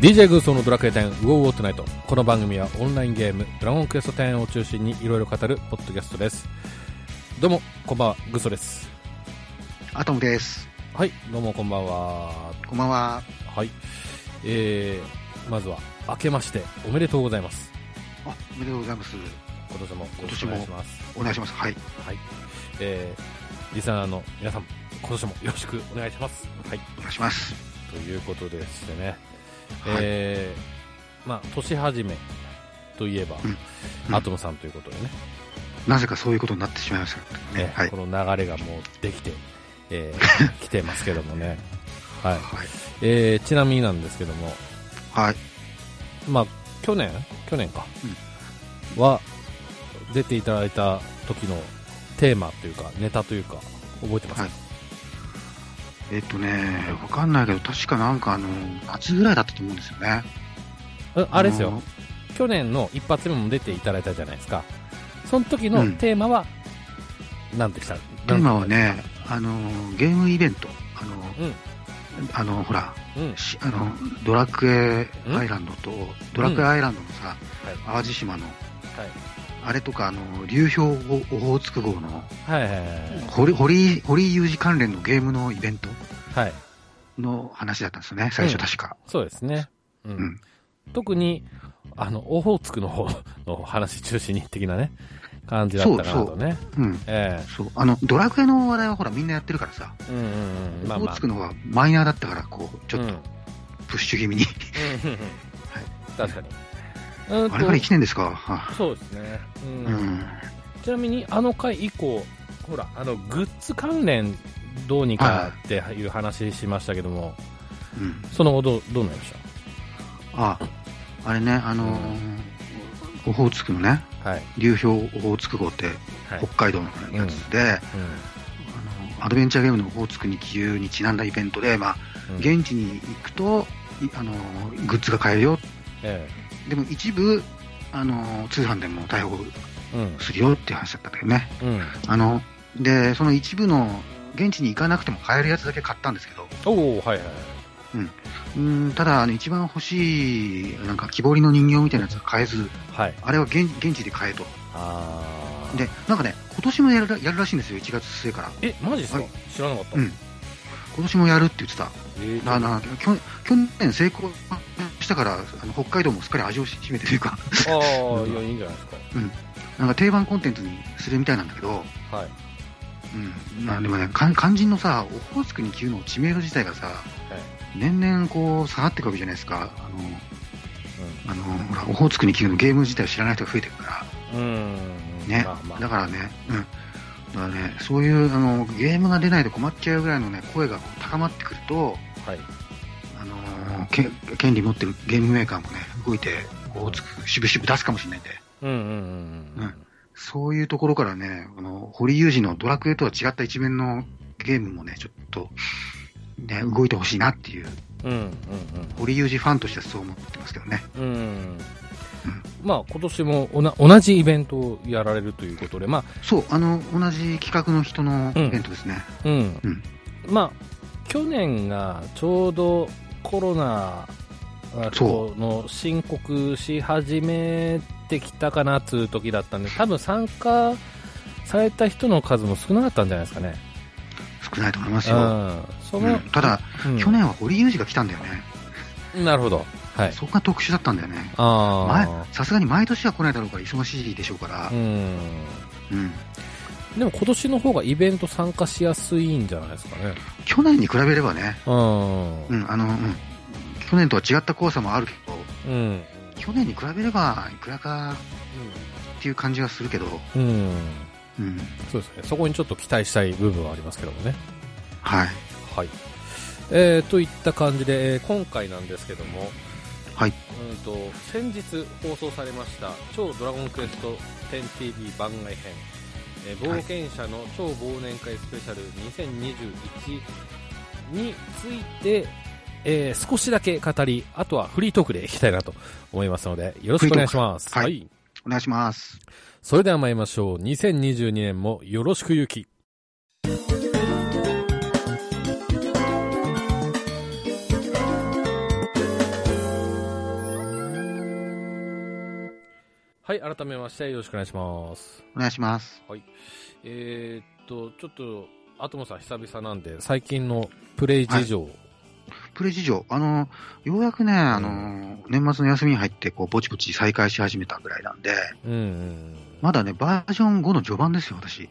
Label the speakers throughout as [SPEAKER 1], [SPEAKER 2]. [SPEAKER 1] DJ グーソーのドラクエ10ウォーウォートナイトこの番組はオンラインゲームドラゴンクエスト10を中心にいろいろ語るポッドキャストですどうもこんばんはグーソーです
[SPEAKER 2] アトムです。
[SPEAKER 1] はいどうもこんばんは
[SPEAKER 2] こんばんは。
[SPEAKER 1] はいえー、まずは明けましておめでとうございます
[SPEAKER 2] あ、おめでとうございます。
[SPEAKER 1] 今年もよろしくお願いします
[SPEAKER 2] お願いします。はい。
[SPEAKER 1] はいえー、リサナーの皆さん今年もよろしくお願いしますはい
[SPEAKER 2] お願いします。
[SPEAKER 1] ということでしてね、
[SPEAKER 2] はい
[SPEAKER 1] えーまあ年始めといえば、
[SPEAKER 2] うんうん
[SPEAKER 1] アトムさんということでね
[SPEAKER 2] なぜかそういうことになってしまいましたけどね。
[SPEAKER 1] ね
[SPEAKER 2] はい
[SPEAKER 1] こ。の流れがもうできて、え ー来てますけどもね、はい
[SPEAKER 2] はい。
[SPEAKER 1] えーちなみになんですけども、
[SPEAKER 2] はい。
[SPEAKER 1] まあ、去年去年か、は出ていただいた時のテーマというかネタというか覚えてますか、
[SPEAKER 2] はいえっとね、わかんないけど、確かなんかあの、夏ぐらいだったと思うんですよね。
[SPEAKER 1] えあれです
[SPEAKER 2] の
[SPEAKER 1] よ。去年の一発目も出ていただいたじゃないですかその時のテーマは何でした、
[SPEAKER 2] テーマはね、あの、ゲームイベント。あの、
[SPEAKER 1] うん
[SPEAKER 2] あの、ほら、
[SPEAKER 1] うん
[SPEAKER 2] しあの、ドラクエアイランドと、ドラクエアイランドのさ、
[SPEAKER 1] はい
[SPEAKER 2] 淡路島の、
[SPEAKER 1] はい
[SPEAKER 2] あれとか、あの、流氷オホーツク号の、
[SPEAKER 1] はいはいはい
[SPEAKER 2] 堀、堀、堀井雄二関連のゲームのイベント
[SPEAKER 1] はい
[SPEAKER 2] の話だったんですよね、最初
[SPEAKER 1] うん
[SPEAKER 2] 確か。
[SPEAKER 1] そうですね、うん
[SPEAKER 2] うん
[SPEAKER 1] 特にあのオホーツクの方 の話中心に的なね感じだったかなとね
[SPEAKER 2] うん。
[SPEAKER 1] え
[SPEAKER 2] そう。あの、ドラクエの話題はほらみんなやってるからさ、
[SPEAKER 1] えうんうんうんまあ
[SPEAKER 2] オホ
[SPEAKER 1] ま
[SPEAKER 2] ー
[SPEAKER 1] あ
[SPEAKER 2] ツクの方がマイナーだったから、こう、ちょっ
[SPEAKER 1] うん
[SPEAKER 2] とプッシュ気味に。
[SPEAKER 1] うんうんうん確かにうんと
[SPEAKER 2] あれから1年ですか。は
[SPEAKER 1] そうですね、うん
[SPEAKER 2] あうん。
[SPEAKER 1] ちなみにあの回以降ほらあのグッズ関連どうにかっていう話しましたけども、
[SPEAKER 2] うん。
[SPEAKER 1] その後どうどうなりまし
[SPEAKER 2] あ、あれね、あのーオホーツクのね、
[SPEAKER 1] たはい
[SPEAKER 2] 流氷オホーツク号って
[SPEAKER 1] はい
[SPEAKER 2] 北、海道のやつで、あのアドベンチャーゲームのオホーツクに気球にちなんだイベントで、まあ、
[SPEAKER 1] うんうん
[SPEAKER 2] 現地に行くと、いあのーグッズが買えるよ。
[SPEAKER 1] え
[SPEAKER 2] でも一部、あのー通販でも逮捕
[SPEAKER 1] えうん
[SPEAKER 2] するよっていう話だったんだけどね。
[SPEAKER 1] うん
[SPEAKER 2] あの、で、その一部の、現地に行かなくても買えるやつだけ買ったんですけど、
[SPEAKER 1] おおはいはい
[SPEAKER 2] うん、ただ、あの、一番欲しい、なんか、木彫りの人形みたいなやつは買えず、
[SPEAKER 1] はい
[SPEAKER 2] あれは現現地で買えと。
[SPEAKER 1] あー
[SPEAKER 2] で、なんかね、今年もやるらやるらしいんですよ、1月末から。
[SPEAKER 1] えマジですか、
[SPEAKER 2] はい
[SPEAKER 1] 知らなかった、
[SPEAKER 2] うん今年もやるって言ってた。
[SPEAKER 1] えー
[SPEAKER 2] あの去去年成功したから、あの北海道もすっかり味をしめてというか、
[SPEAKER 1] ああいやいいんじゃないです
[SPEAKER 2] なんか定番コンテンツにするみたいなんだけど、
[SPEAKER 1] かはい
[SPEAKER 2] うん、まあでもね、かん肝心のさ、オホーツクに級の知名度自体がさ、年々こう下がっていくわけじゃないですか。あのあのほらオホーツクに級のゲーム自体を知らない人が増えてるか
[SPEAKER 1] うんうん
[SPEAKER 2] ら、ね、
[SPEAKER 1] まあまあ
[SPEAKER 2] だからね、うん、だからね、そういうあのゲームが出ないと困っちゃうぐらいのね声がこう高まってくると、
[SPEAKER 1] はい
[SPEAKER 2] あのーけ権利持ってるゲームメーカーもね動いて、オホーツクしぶしぶ出すかもしれないんで、
[SPEAKER 1] うんうんうんうん、
[SPEAKER 2] うんそういうところからね、あの堀裕二のドラクエとは違った一面のゲームもね、ちょっと。ね、動いてほしいなっていう、
[SPEAKER 1] うんうん
[SPEAKER 2] 堀裕二ファンとしてはそう思ってますけどね。
[SPEAKER 1] うんうんまあ今年もおな同じイベントをやられるということでま
[SPEAKER 2] そう、あの、同じ企画の人のイベントですね。
[SPEAKER 1] あうん、
[SPEAKER 2] うん
[SPEAKER 1] まあ去年がちょうどコロナあ
[SPEAKER 2] そ
[SPEAKER 1] の申告し始めてきたかなという時だったんで多分参加された人の数も少なかったんじゃないですかね、
[SPEAKER 2] 少ないと思います
[SPEAKER 1] う
[SPEAKER 2] よ。
[SPEAKER 1] ん、そうの、
[SPEAKER 2] んただ、
[SPEAKER 1] うん
[SPEAKER 2] 去年は堀裕二が来たんだよね。
[SPEAKER 1] なるほどはい
[SPEAKER 2] そこが特殊だったんだよね。前
[SPEAKER 1] あ
[SPEAKER 2] さすがに毎年は来ないだろうから忙しいでしょうから
[SPEAKER 1] あう。ん
[SPEAKER 2] うん。
[SPEAKER 1] でも今年の方がイベント参加しやすいんじゃないですかね
[SPEAKER 2] 去年に比べればね、
[SPEAKER 1] うん
[SPEAKER 2] うん、あの、うん。去年とは違った怖さもあるけど、
[SPEAKER 1] うん
[SPEAKER 2] 去年に比べれば、いくらかっていう感じがするけど、
[SPEAKER 1] うん
[SPEAKER 2] うん。
[SPEAKER 1] そうですねそこにちょっと期待したい部分はありますけどもね
[SPEAKER 2] はい。
[SPEAKER 1] はいえー、といった感じで、えー今回なんですけども、
[SPEAKER 2] はい
[SPEAKER 1] うんと先日放送されました「超ドラゴンクエスト 10TV 番外編」えー冒険者の超忘年会スペシャル2021」について、えー少しだけ語りあとはフリートークでいきたいなと思いますのでよろしくお願いします、
[SPEAKER 2] フリートークはいお願いします。
[SPEAKER 1] それでは参りましょう2022年もよろしくゆきはい、改めまして、よろしくお願いします。
[SPEAKER 2] お願いします。
[SPEAKER 1] えー、っと、ちょっと、アトムさん久々なんで、最近のプレイ事情、
[SPEAKER 2] プレイ事情、あの、ようやくね、あの、年末の休みに入って、こう、ぼちぼち再開し始めたぐらいなんで、
[SPEAKER 1] うんうん。
[SPEAKER 2] まだね、バージョン5の序盤ですよ、私。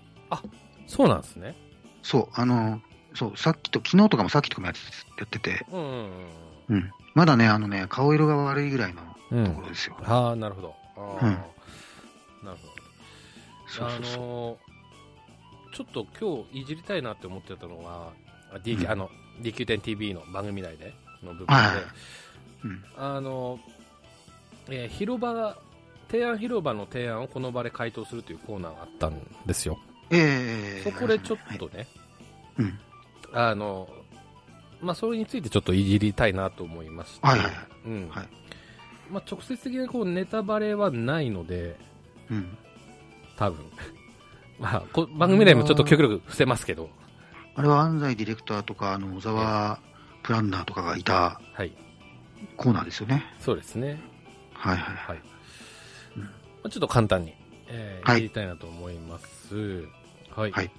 [SPEAKER 1] そうなんですね。
[SPEAKER 2] そう、あの、そう、さっきと、昨日とかもさっきとかもやってやってて、
[SPEAKER 1] うんうん
[SPEAKER 2] うん。まだね、あのね、顔色が悪いぐらいの
[SPEAKER 1] うん。う
[SPEAKER 2] と
[SPEAKER 1] ん
[SPEAKER 2] こ。ろですよ。
[SPEAKER 1] ああ、なるほど。あー
[SPEAKER 2] うん
[SPEAKER 1] なるほど。
[SPEAKER 2] そうそう
[SPEAKER 1] あ
[SPEAKER 2] そう。
[SPEAKER 1] のーちょっと今日いじりたいなって思ってたのは、あ DQ、
[SPEAKER 2] うん
[SPEAKER 1] あの、DQ10TV の番組内で、の部分で、
[SPEAKER 2] はいはいうん。
[SPEAKER 1] あのーえー広場が、提案広場の提案をこの場で回答するというコーナーがあったんですよ。
[SPEAKER 2] ええ
[SPEAKER 1] そこでちょっ
[SPEAKER 2] はい
[SPEAKER 1] とね、
[SPEAKER 2] うん
[SPEAKER 1] あのーまあ、それについてちょっといじりたいなと思いまして、
[SPEAKER 2] はいはいはい。
[SPEAKER 1] うん
[SPEAKER 2] はい
[SPEAKER 1] まあ、直接的なこうネタバレはないので、
[SPEAKER 2] うん。
[SPEAKER 1] 多分 まあこ番組内もちょっと極力伏せますけど、
[SPEAKER 2] あれは安西ディレクターとか、あの、小沢プランナーとかがいた
[SPEAKER 1] はい、
[SPEAKER 2] コーナーですよね。
[SPEAKER 1] そうですね、
[SPEAKER 2] はいはいは
[SPEAKER 1] は
[SPEAKER 2] い。
[SPEAKER 1] い
[SPEAKER 2] うん
[SPEAKER 1] まあ、ちょっと簡単に、えー
[SPEAKER 2] はい
[SPEAKER 1] 言いたいなと思います。はい、
[SPEAKER 2] はい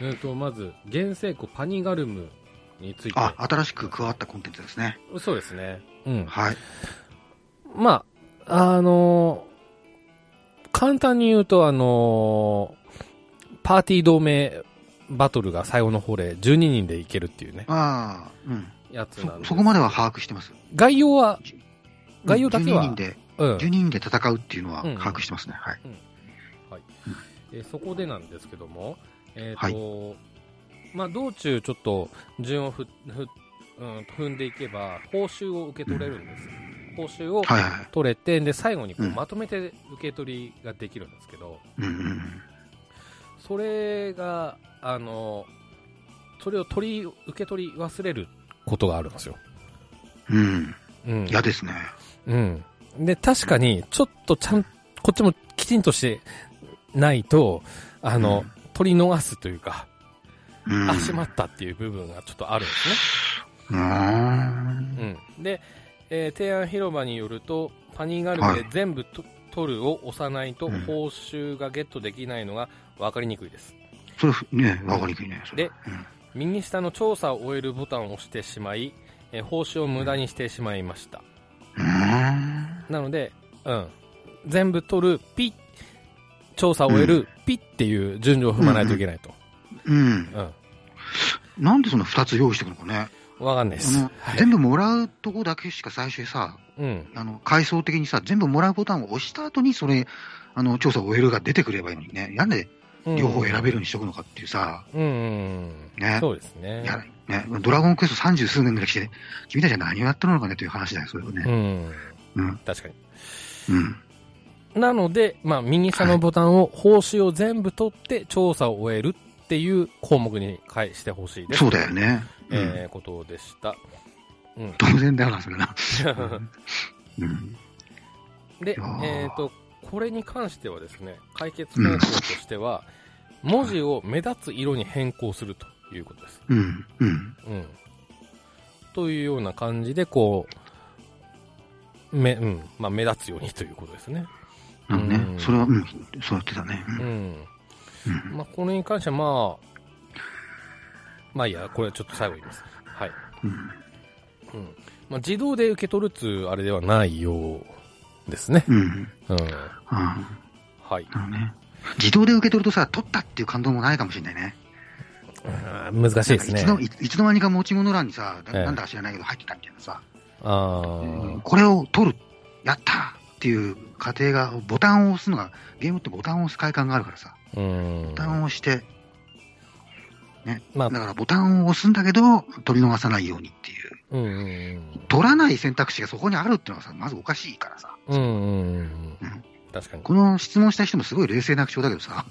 [SPEAKER 1] えーとまず、原生庫パニガルムについて、
[SPEAKER 2] あ、新しく加わったコンテンツですね。
[SPEAKER 1] そうですね、うん、
[SPEAKER 2] はい。
[SPEAKER 1] まあ、あのー簡単に言うと、あのーパーティー同盟バトルが最後の方で12人でいけるっていうね、
[SPEAKER 2] ああ、うん。
[SPEAKER 1] やつなん
[SPEAKER 2] そ、
[SPEAKER 1] で
[SPEAKER 2] そこまでは把握してます。
[SPEAKER 1] 概要は
[SPEAKER 2] じゅ、
[SPEAKER 1] 概要だけ
[SPEAKER 2] 12
[SPEAKER 1] は
[SPEAKER 2] 人、で、
[SPEAKER 1] うん
[SPEAKER 2] 12人で戦うっていうのは
[SPEAKER 1] うん
[SPEAKER 2] 把握してますね。はい。
[SPEAKER 1] えーそこでなんですけども、えーとまあ、道中、ちょっと順をふふ、うん、踏んでいけば、報酬を受け取れるんですよ、報酬を
[SPEAKER 2] はいはいはい。
[SPEAKER 1] 取れて、で最後にこう
[SPEAKER 2] うん
[SPEAKER 1] まとめて受け取りができるんですけど、
[SPEAKER 2] うんうんうん。
[SPEAKER 1] それが、あのそれを取り受け取り忘れることがあるんですよ。
[SPEAKER 2] うん。
[SPEAKER 1] うん
[SPEAKER 2] 嫌ですね。
[SPEAKER 1] うん、で確かに、ちょっとちゃんこっちもきちんとしてないと、あの、
[SPEAKER 2] うん
[SPEAKER 1] 取り逃すというか、
[SPEAKER 2] うん。
[SPEAKER 1] あ、しまったっていう部分がちょっとあるんです
[SPEAKER 2] うーん。
[SPEAKER 1] ね。うん、で、えー提案広場によると、パニーガルムで全部と、取るを押さないと
[SPEAKER 2] うん
[SPEAKER 1] 報酬がゲットできないのが分かりにくいです。
[SPEAKER 2] それ、ね、わかりにくいね。それ
[SPEAKER 1] で、右下の調査を終えるボタンを押してしまい、えー報酬を無駄にしてしまいました。
[SPEAKER 2] うん。うーん。
[SPEAKER 1] なので、うん。全部取る、ピッ、調査を終える、ピッっていう順序を踏まないといけないと。
[SPEAKER 2] うん。
[SPEAKER 1] うん。
[SPEAKER 2] なんでその二つ用意してくのかね。
[SPEAKER 1] わかんないで
[SPEAKER 2] あ
[SPEAKER 1] す。
[SPEAKER 2] の
[SPEAKER 1] はい
[SPEAKER 2] 全部もらうとこだけしか最初にさ、
[SPEAKER 1] うん。
[SPEAKER 2] あの階層的にさ、全部もらうボタンを押した後に、それ、あの調査を終えるが出てくればいいのにね、なんで
[SPEAKER 1] うん
[SPEAKER 2] 両方選べるようにしとくのかっていうさ、
[SPEAKER 1] うんうんうん。
[SPEAKER 2] ね
[SPEAKER 1] そうですね。
[SPEAKER 2] いやね、ドラゴンクエスト三十数年ぐらい来て、君たちは何をやってるのかねという話だよ、それは
[SPEAKER 1] う
[SPEAKER 2] ね。
[SPEAKER 1] ん。
[SPEAKER 2] うん、
[SPEAKER 1] 確かに。
[SPEAKER 2] うん、
[SPEAKER 1] なので、まあ、右下のボタンを、報酬を全部取って調査を終えるっていう項目に返してほしいです。
[SPEAKER 2] そうだよ。ね。うん
[SPEAKER 1] えー、ことでした。うん。
[SPEAKER 2] 当然だよな、そ れな。うん、
[SPEAKER 1] で
[SPEAKER 2] あ、ー
[SPEAKER 1] えっ、と、これに関してはですね、解決方法としては、文字を目立つ色に変更するということです。
[SPEAKER 2] うん、う
[SPEAKER 1] う
[SPEAKER 2] ん、
[SPEAKER 1] ん。というような感じで、こう、目、うん。まあ、目立つようにということですね。
[SPEAKER 2] なの
[SPEAKER 1] う
[SPEAKER 2] ね
[SPEAKER 1] ん、
[SPEAKER 2] それは、うん、そうやってたね。うん
[SPEAKER 1] うん。
[SPEAKER 2] うん
[SPEAKER 1] まあ、これに関しては、まあ、まあいいや、これちょっと最後言います。はい。
[SPEAKER 2] うん
[SPEAKER 1] うん。まあ、自動で受け取るっつうあれではないようですね。
[SPEAKER 2] うん
[SPEAKER 1] うん。
[SPEAKER 2] あ
[SPEAKER 1] はい
[SPEAKER 2] あ。なるほどね自動で受け取るとさ、取ったっていう感動もないかもしれないね。
[SPEAKER 1] うん難しいです
[SPEAKER 2] い
[SPEAKER 1] ね
[SPEAKER 2] つ。のいいつの間にか持ち物欄にさ、だ
[SPEAKER 1] ええ
[SPEAKER 2] なんだか知らないけど入ってたみたいなさ、
[SPEAKER 1] あ
[SPEAKER 2] うん
[SPEAKER 1] ー
[SPEAKER 2] これを取る、やったっていう過程が、ボタンを押すのが、ゲームってボタンを押す快感があるからさ、
[SPEAKER 1] うん
[SPEAKER 2] ボ。タンを押して、
[SPEAKER 1] ま
[SPEAKER 2] だ
[SPEAKER 1] あ、
[SPEAKER 2] からボタンを押すんだけど、取り逃さないようにっていう、
[SPEAKER 1] うんうん
[SPEAKER 2] 取らない選択肢がそこにあるっていうのはさ、まずおかしいからさ、
[SPEAKER 1] うん。うんうんうん。確かに。
[SPEAKER 2] この質問した人もすごい冷静な口調だけど さ、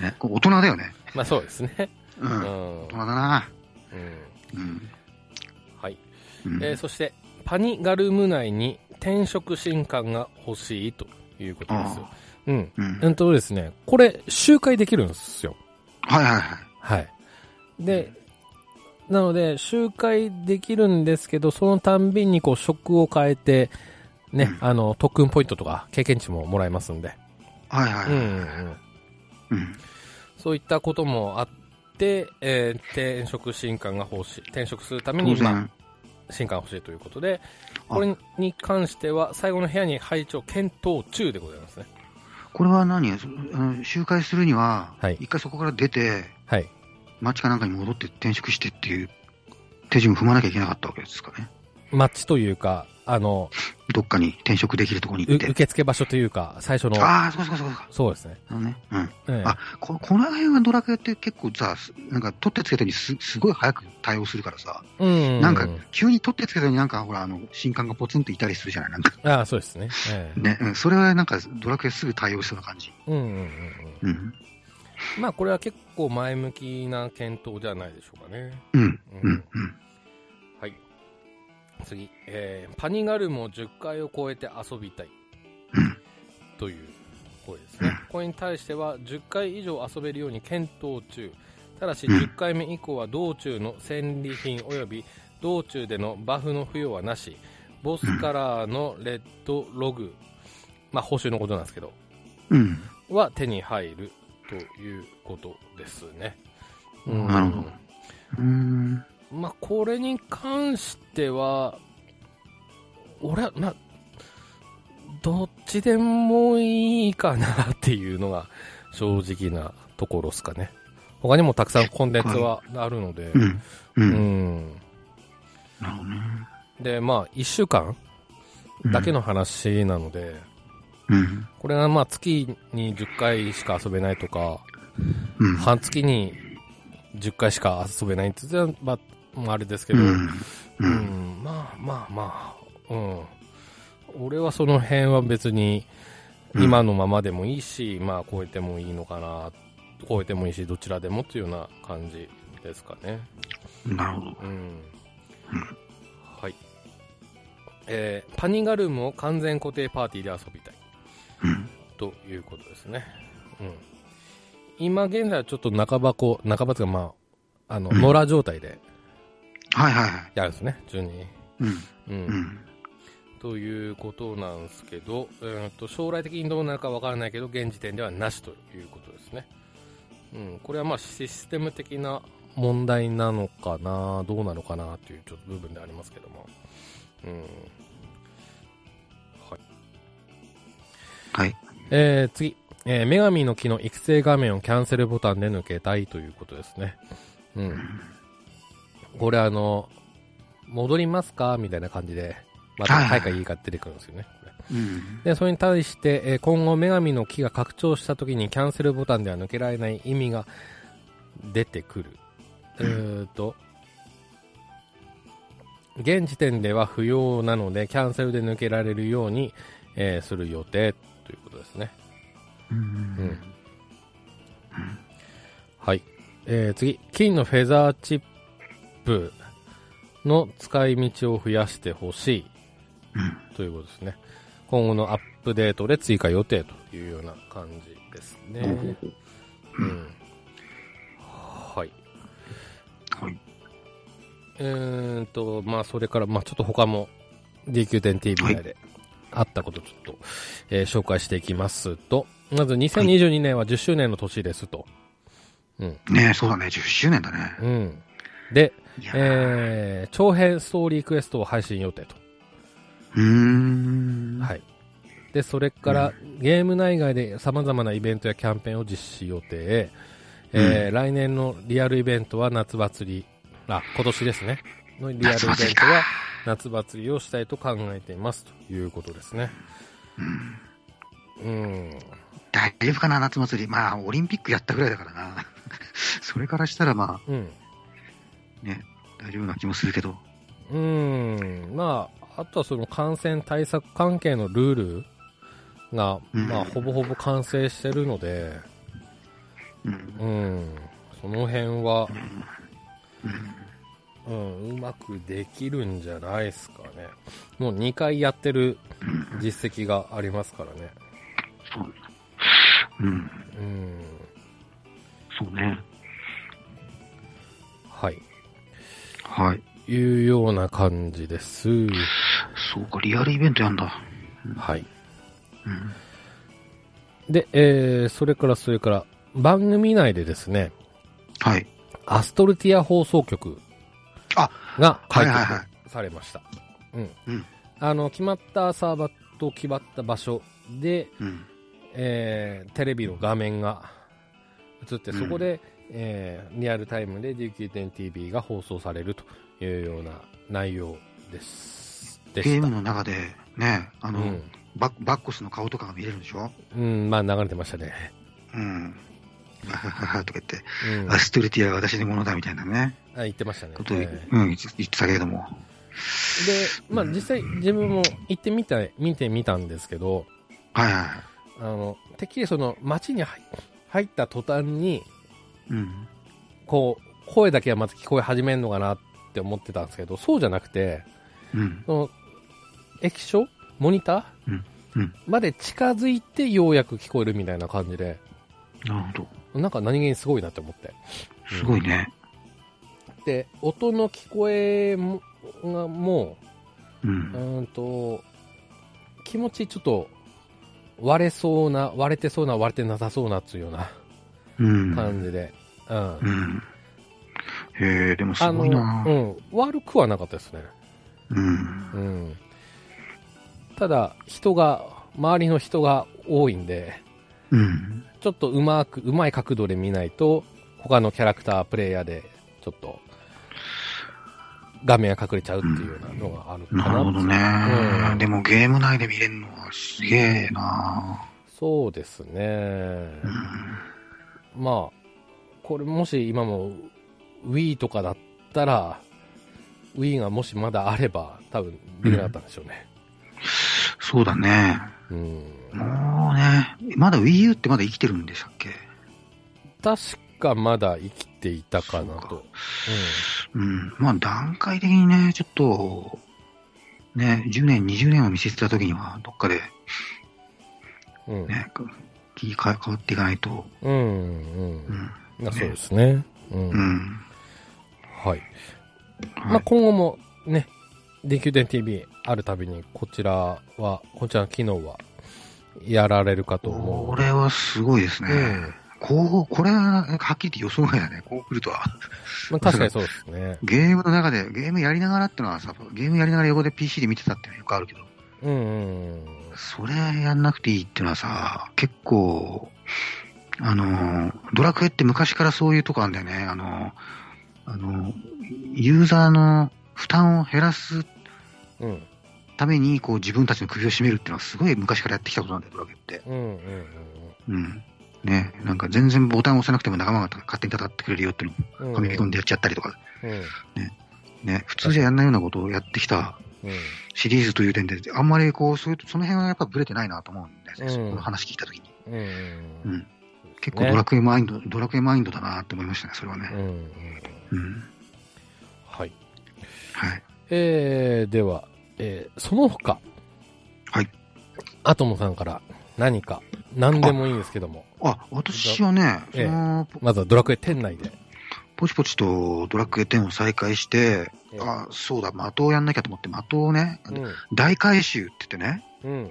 [SPEAKER 2] ね、こう大人だよね。
[SPEAKER 1] まあそうですね。う
[SPEAKER 2] う、
[SPEAKER 1] ん
[SPEAKER 2] 大
[SPEAKER 1] ん。うん
[SPEAKER 2] 人だな。うん。
[SPEAKER 1] はい。
[SPEAKER 2] うん
[SPEAKER 1] えーそして、パニガルム内に転職新刊が欲しいということです。うん。
[SPEAKER 2] うん
[SPEAKER 1] うんとですね、これ、周回できるんですよ。
[SPEAKER 2] はいはいはい。
[SPEAKER 1] はい。で、なので、周回できるんですけど、そのたんびにこう、職を変えて、ね、
[SPEAKER 2] うん
[SPEAKER 1] あの、特訓ポイントとか経験値ももらえますんで。
[SPEAKER 2] はいはい
[SPEAKER 1] うんう
[SPEAKER 2] は
[SPEAKER 1] ん
[SPEAKER 2] い。
[SPEAKER 1] うん。
[SPEAKER 2] うん。
[SPEAKER 1] そういったこともあって、えー転職新刊が欲しい。転職するために
[SPEAKER 2] 当
[SPEAKER 1] 今、
[SPEAKER 2] 然。
[SPEAKER 1] 新刊欲しいということで、
[SPEAKER 2] あ
[SPEAKER 1] これに関しては、最後の部屋に配置を検討中でございますね。
[SPEAKER 2] これは何そあの集会するには
[SPEAKER 1] はい、
[SPEAKER 2] 一回そこから出て、
[SPEAKER 1] はい。
[SPEAKER 2] 町かなんかに戻って転職してっていう手順を踏まなきゃいけなかったわけですかね。
[SPEAKER 1] マッチというか、あの、
[SPEAKER 2] どっかに転職できるところに
[SPEAKER 1] う
[SPEAKER 2] 行って。
[SPEAKER 1] 受付場所というか、最初の、
[SPEAKER 2] ああ、そうかそうかそうか。
[SPEAKER 1] そうですね。
[SPEAKER 2] あのね。うん。
[SPEAKER 1] ええ
[SPEAKER 2] あこ、この辺はドラクエって結構さ、すなんか取ってつけたにすすごい早く対応するからさ、
[SPEAKER 1] うん。
[SPEAKER 2] なんか急に取ってつけたになんかほら、あの、新刊がポツンといたりするじゃないなんか。
[SPEAKER 1] ああ、そうですね。ええ
[SPEAKER 2] ね、うん、それはなんかドラクエすぐ対応しそうな感じ。
[SPEAKER 1] うんうんうんうん。
[SPEAKER 2] うん。
[SPEAKER 1] まあ、これは結構前向きな検討ではないでしょうかね。
[SPEAKER 2] うん、
[SPEAKER 1] うん
[SPEAKER 2] うん、うん。
[SPEAKER 1] はい。次、えー、パニガルモ10回を超えて遊びたい。という声ですね。これに対しては、10回以上遊べるように検討中。ただし、
[SPEAKER 2] うん
[SPEAKER 1] 10回目以降は道中の戦利品及び道中でのバフの付与はなし、ボスカラーのレッドログ、まあ、報酬のことなんですけど、
[SPEAKER 2] うん。
[SPEAKER 1] は手に入るということですね。うん
[SPEAKER 2] なるほどうん。
[SPEAKER 1] まあ、これに関しては、俺は、まあ、どっちでもいいかなっていうのが正直なところですかね。他にもたくさんコンテンツはあるので、
[SPEAKER 2] うん。う。
[SPEAKER 1] うんん。
[SPEAKER 2] なるほどね。
[SPEAKER 1] で、まあ、1週間だけの話なので、
[SPEAKER 2] うん。
[SPEAKER 1] これがまあ、月に10回しか遊べないとか、
[SPEAKER 2] うん。
[SPEAKER 1] 半月に10回しか遊べないって言ってたら、まあ、あれですけ
[SPEAKER 2] う
[SPEAKER 1] ど、
[SPEAKER 2] ん。う。
[SPEAKER 1] うんん、まあまあまあ、うん。俺はその辺は別に、
[SPEAKER 2] うん
[SPEAKER 1] 今のままでもいいし、まあ超えてもいいのかな、超えてもいいし、どちらでもっていうような感じですかね。
[SPEAKER 2] なるほど。
[SPEAKER 1] うん。はい。えー、パニガルームを完全固定パーティーで遊びたい。
[SPEAKER 2] うん。
[SPEAKER 1] ということですね。うん。今現在はちょっと半ばこう、半ばというかまあ、あの、
[SPEAKER 2] うん
[SPEAKER 1] 野良状態で
[SPEAKER 2] はいはいはい。
[SPEAKER 1] やるんですね、順に。
[SPEAKER 2] うん。
[SPEAKER 1] うん
[SPEAKER 2] うん。
[SPEAKER 1] ということなんですけど、えー、と将来的にどうなるかわからないけど、現時点ではなしということですね。うん、これはまあシステム的な問題なのかな、どうなのかなというちょっと部分でありますけども。うんはい
[SPEAKER 2] はい。
[SPEAKER 1] えー、次、えー女神の木の育成画面をキャンセルボタンで抜けたいということですね。うん、これあの、戻りますかみたいな感じで、また、はいかいいか出てくるんですよね。これ
[SPEAKER 2] うん。
[SPEAKER 1] で、それに対して、えー今後女神の木が拡張した時にキャンセルボタンでは抜けられない意味が出てくる。えーと、現時点では不要なので、キャンセルで抜けられるように、えーする予定ということですね。
[SPEAKER 2] うん。
[SPEAKER 1] うんはい。えー次、金のフェザーチップの使い道を増やしてほしいということですね。今後のアップデートで追加予定というような感じですね。うん。はい。
[SPEAKER 2] はい。
[SPEAKER 1] えーと、まあ、それから、まあ、ちょっと他も DQ10TV 内であったことをちょっと、えー紹介していきますと、まず2022年は10周年の年ですと。うん。
[SPEAKER 2] ねえ、そうだね。10周年だね。
[SPEAKER 1] うん。で、
[SPEAKER 2] いやー
[SPEAKER 1] えー、長編ストーリークエストを配信予定と。
[SPEAKER 2] うーん。
[SPEAKER 1] はい。で、それから、ゲーム内外で様々なイベントやキャンペーンを実施予定。えー来年のリアルイベントは夏祭り、あ、今年ですね。のリアルイベン
[SPEAKER 2] 夏祭り
[SPEAKER 1] ト
[SPEAKER 2] か
[SPEAKER 1] は夏祭りをしたいと考えていますということですね。うん。
[SPEAKER 2] 大丈夫かな、夏祭り。まあ、オリンピックやったぐらいだからな。 それからしたら、ま
[SPEAKER 1] うん。
[SPEAKER 2] あ、ね、大丈夫な気もするけど。
[SPEAKER 1] うん。まあ、あとはその感染対策関係のルールが、
[SPEAKER 2] うん
[SPEAKER 1] まあ、ほぼほぼ完成してるので、
[SPEAKER 2] うん。
[SPEAKER 1] うん、その辺は、う
[SPEAKER 2] うん
[SPEAKER 1] ん、うまくできるんじゃないですかね。もう2回やってる実績がありますからね。
[SPEAKER 2] そう。うん。
[SPEAKER 1] うん、
[SPEAKER 2] そうね。
[SPEAKER 1] はい。
[SPEAKER 2] はい。
[SPEAKER 1] いうような感じです。
[SPEAKER 2] そうか、リアルイベントやんだ。
[SPEAKER 1] はい。で、えー、それからそれから、番組内でですね、
[SPEAKER 2] はい。
[SPEAKER 1] アストルティア放送局が
[SPEAKER 2] は
[SPEAKER 1] 配
[SPEAKER 2] いはい
[SPEAKER 1] 布
[SPEAKER 2] はい。
[SPEAKER 1] されました。
[SPEAKER 2] う
[SPEAKER 1] うんん。あの、決まったサーバーと決まった場所で、
[SPEAKER 2] うん。
[SPEAKER 1] えーテレビの画面が映って、
[SPEAKER 2] うん
[SPEAKER 1] そこで、えーリアルタイムで DQ10TV が放送されるというような内容です。で
[SPEAKER 2] ゲ
[SPEAKER 1] し
[SPEAKER 2] ー
[SPEAKER 1] た。
[SPEAKER 2] ムの中で、ね、あ
[SPEAKER 1] う
[SPEAKER 2] の、
[SPEAKER 1] ん、
[SPEAKER 2] ババッコスの顔とかが見れるんでしょ
[SPEAKER 1] うん、まあ流れてましたね。
[SPEAKER 2] うん。ははははとか言って、
[SPEAKER 1] うん、
[SPEAKER 2] ア
[SPEAKER 1] あ
[SPEAKER 2] ストルティアは私のものだみたいなね、
[SPEAKER 1] 言ってましたね。
[SPEAKER 2] ことを、
[SPEAKER 1] え
[SPEAKER 2] う
[SPEAKER 1] ー
[SPEAKER 2] ん、言ってたけれども。
[SPEAKER 1] で、まあ
[SPEAKER 2] うん
[SPEAKER 1] 実際自分も行ってみた、見てみたんですけど、
[SPEAKER 2] はいはいはい。
[SPEAKER 1] あの、てっきりその街に入入った途端に、
[SPEAKER 2] うん。
[SPEAKER 1] こう、声だけはまず聞こえ始めるのかなって思ってたんですけど、そうじゃなくて、
[SPEAKER 2] うん。
[SPEAKER 1] その液晶モニター、
[SPEAKER 2] うんうん
[SPEAKER 1] まで近づいてようやく聞こえるみたいな感じで、
[SPEAKER 2] なるほど。
[SPEAKER 1] なんか何気にすごいなって思って。
[SPEAKER 2] すごいね。
[SPEAKER 1] で、音の聞こえもがも
[SPEAKER 2] う。
[SPEAKER 1] う、うんーんと、気持ちちょっと割れそうな、割れてそうな、割れてなさそうなっていうような
[SPEAKER 2] うん。
[SPEAKER 1] 感じで、うん。
[SPEAKER 2] うん。へえ、でもす
[SPEAKER 1] あ
[SPEAKER 2] ごいな
[SPEAKER 1] の、う。ん、悪くはなかったですね。
[SPEAKER 2] うん。
[SPEAKER 1] うん。ただ、人が、周りの人が多いんで、
[SPEAKER 2] うん。
[SPEAKER 1] ちょっとうまく、うまい角度で見ないと、他のキャラクター、プレイヤーで、ちょっと、画面が隠れちゃうっていうようなのがあるかな。
[SPEAKER 2] なるほど
[SPEAKER 1] う
[SPEAKER 2] ね。
[SPEAKER 1] ん
[SPEAKER 2] でもゲーム内で見れるのはすげえな
[SPEAKER 1] そうですね。
[SPEAKER 2] うん。
[SPEAKER 1] まあ、これもし今も Wii とかだったら、Wii がもしまだあれば、多分できなかったんでしょうね。
[SPEAKER 2] そうだね。
[SPEAKER 1] うん。
[SPEAKER 2] もうね、まだ Wii U ってまだ生きてるんでしたっけ
[SPEAKER 1] 確かまだ生きていたかな
[SPEAKER 2] そうか
[SPEAKER 1] と。
[SPEAKER 2] うん。まあ段階的にね、ちょっと、ね、10年、20年を見せてた時には、どっかで
[SPEAKER 1] うん。うん。
[SPEAKER 2] ね、切り替え変わっていかないと。
[SPEAKER 1] うん。
[SPEAKER 2] う
[SPEAKER 1] うん
[SPEAKER 2] ん。
[SPEAKER 1] まあそうですね。うん。
[SPEAKER 2] うん。
[SPEAKER 1] はい。ま
[SPEAKER 2] は
[SPEAKER 1] あ、
[SPEAKER 2] い。
[SPEAKER 1] 今後もね、DQ10TV あるたびに、こちらは、こちらの機能は、やられるかと思う。
[SPEAKER 2] これはすごいです
[SPEAKER 1] うん。
[SPEAKER 2] ね。こう、これは、はっきり言って予想外だね。こう来るとは。
[SPEAKER 1] まあ、確かにそうですね。
[SPEAKER 2] ゲームの中で、ゲームやりながらってのはさ、ゲームやりながら横で PC で見てたっていうのはよくあるけど、
[SPEAKER 1] うんうん
[SPEAKER 2] それやんなくていいっていうのはさ、結構、あの、ドラクエって昔からそういうとこあるんだよね。あの、あの、ユーザーの負担を減らす
[SPEAKER 1] うん。うん。
[SPEAKER 2] ために、こう自分たちの首を絞めるっていうのはすごい昔からやってきたことなんだよ、ドラクエって。
[SPEAKER 1] うんうんうん
[SPEAKER 2] うん。ね、なんか全然ボタンを押さなくても仲間が勝手に戦ってくれるよっていう
[SPEAKER 1] うん。うん
[SPEAKER 2] のをファミリーコンでやっちゃったりとか、
[SPEAKER 1] うん。うん。
[SPEAKER 2] ね、普通じゃやんないようなことをやってきたシリーズという点で、あんまりこう、そういう、その辺はやっぱブレてないなと思うんですね。
[SPEAKER 1] うん
[SPEAKER 2] この話聞いたときに。
[SPEAKER 1] うん。うん
[SPEAKER 2] うん。結構ドラクエマインド、ドラクエマインドだなって思いましたね、それは
[SPEAKER 1] うん
[SPEAKER 2] ね。
[SPEAKER 1] うんうん。
[SPEAKER 2] うん。
[SPEAKER 1] はい。
[SPEAKER 2] はい。
[SPEAKER 1] えー、では、えー、その他。
[SPEAKER 2] はい。
[SPEAKER 1] アトムさんから何か、何でもいいんですけども、
[SPEAKER 2] あ、私はね、そ
[SPEAKER 1] ええ
[SPEAKER 2] の、ポ
[SPEAKER 1] まずはドラクエ店内で。
[SPEAKER 2] ポチポチとドラクエ10を再開して、
[SPEAKER 1] えー
[SPEAKER 2] あ、そうだ、的をやんなきゃと思って、的をね、
[SPEAKER 1] うん。
[SPEAKER 2] 大回収って言ってね、
[SPEAKER 1] うん。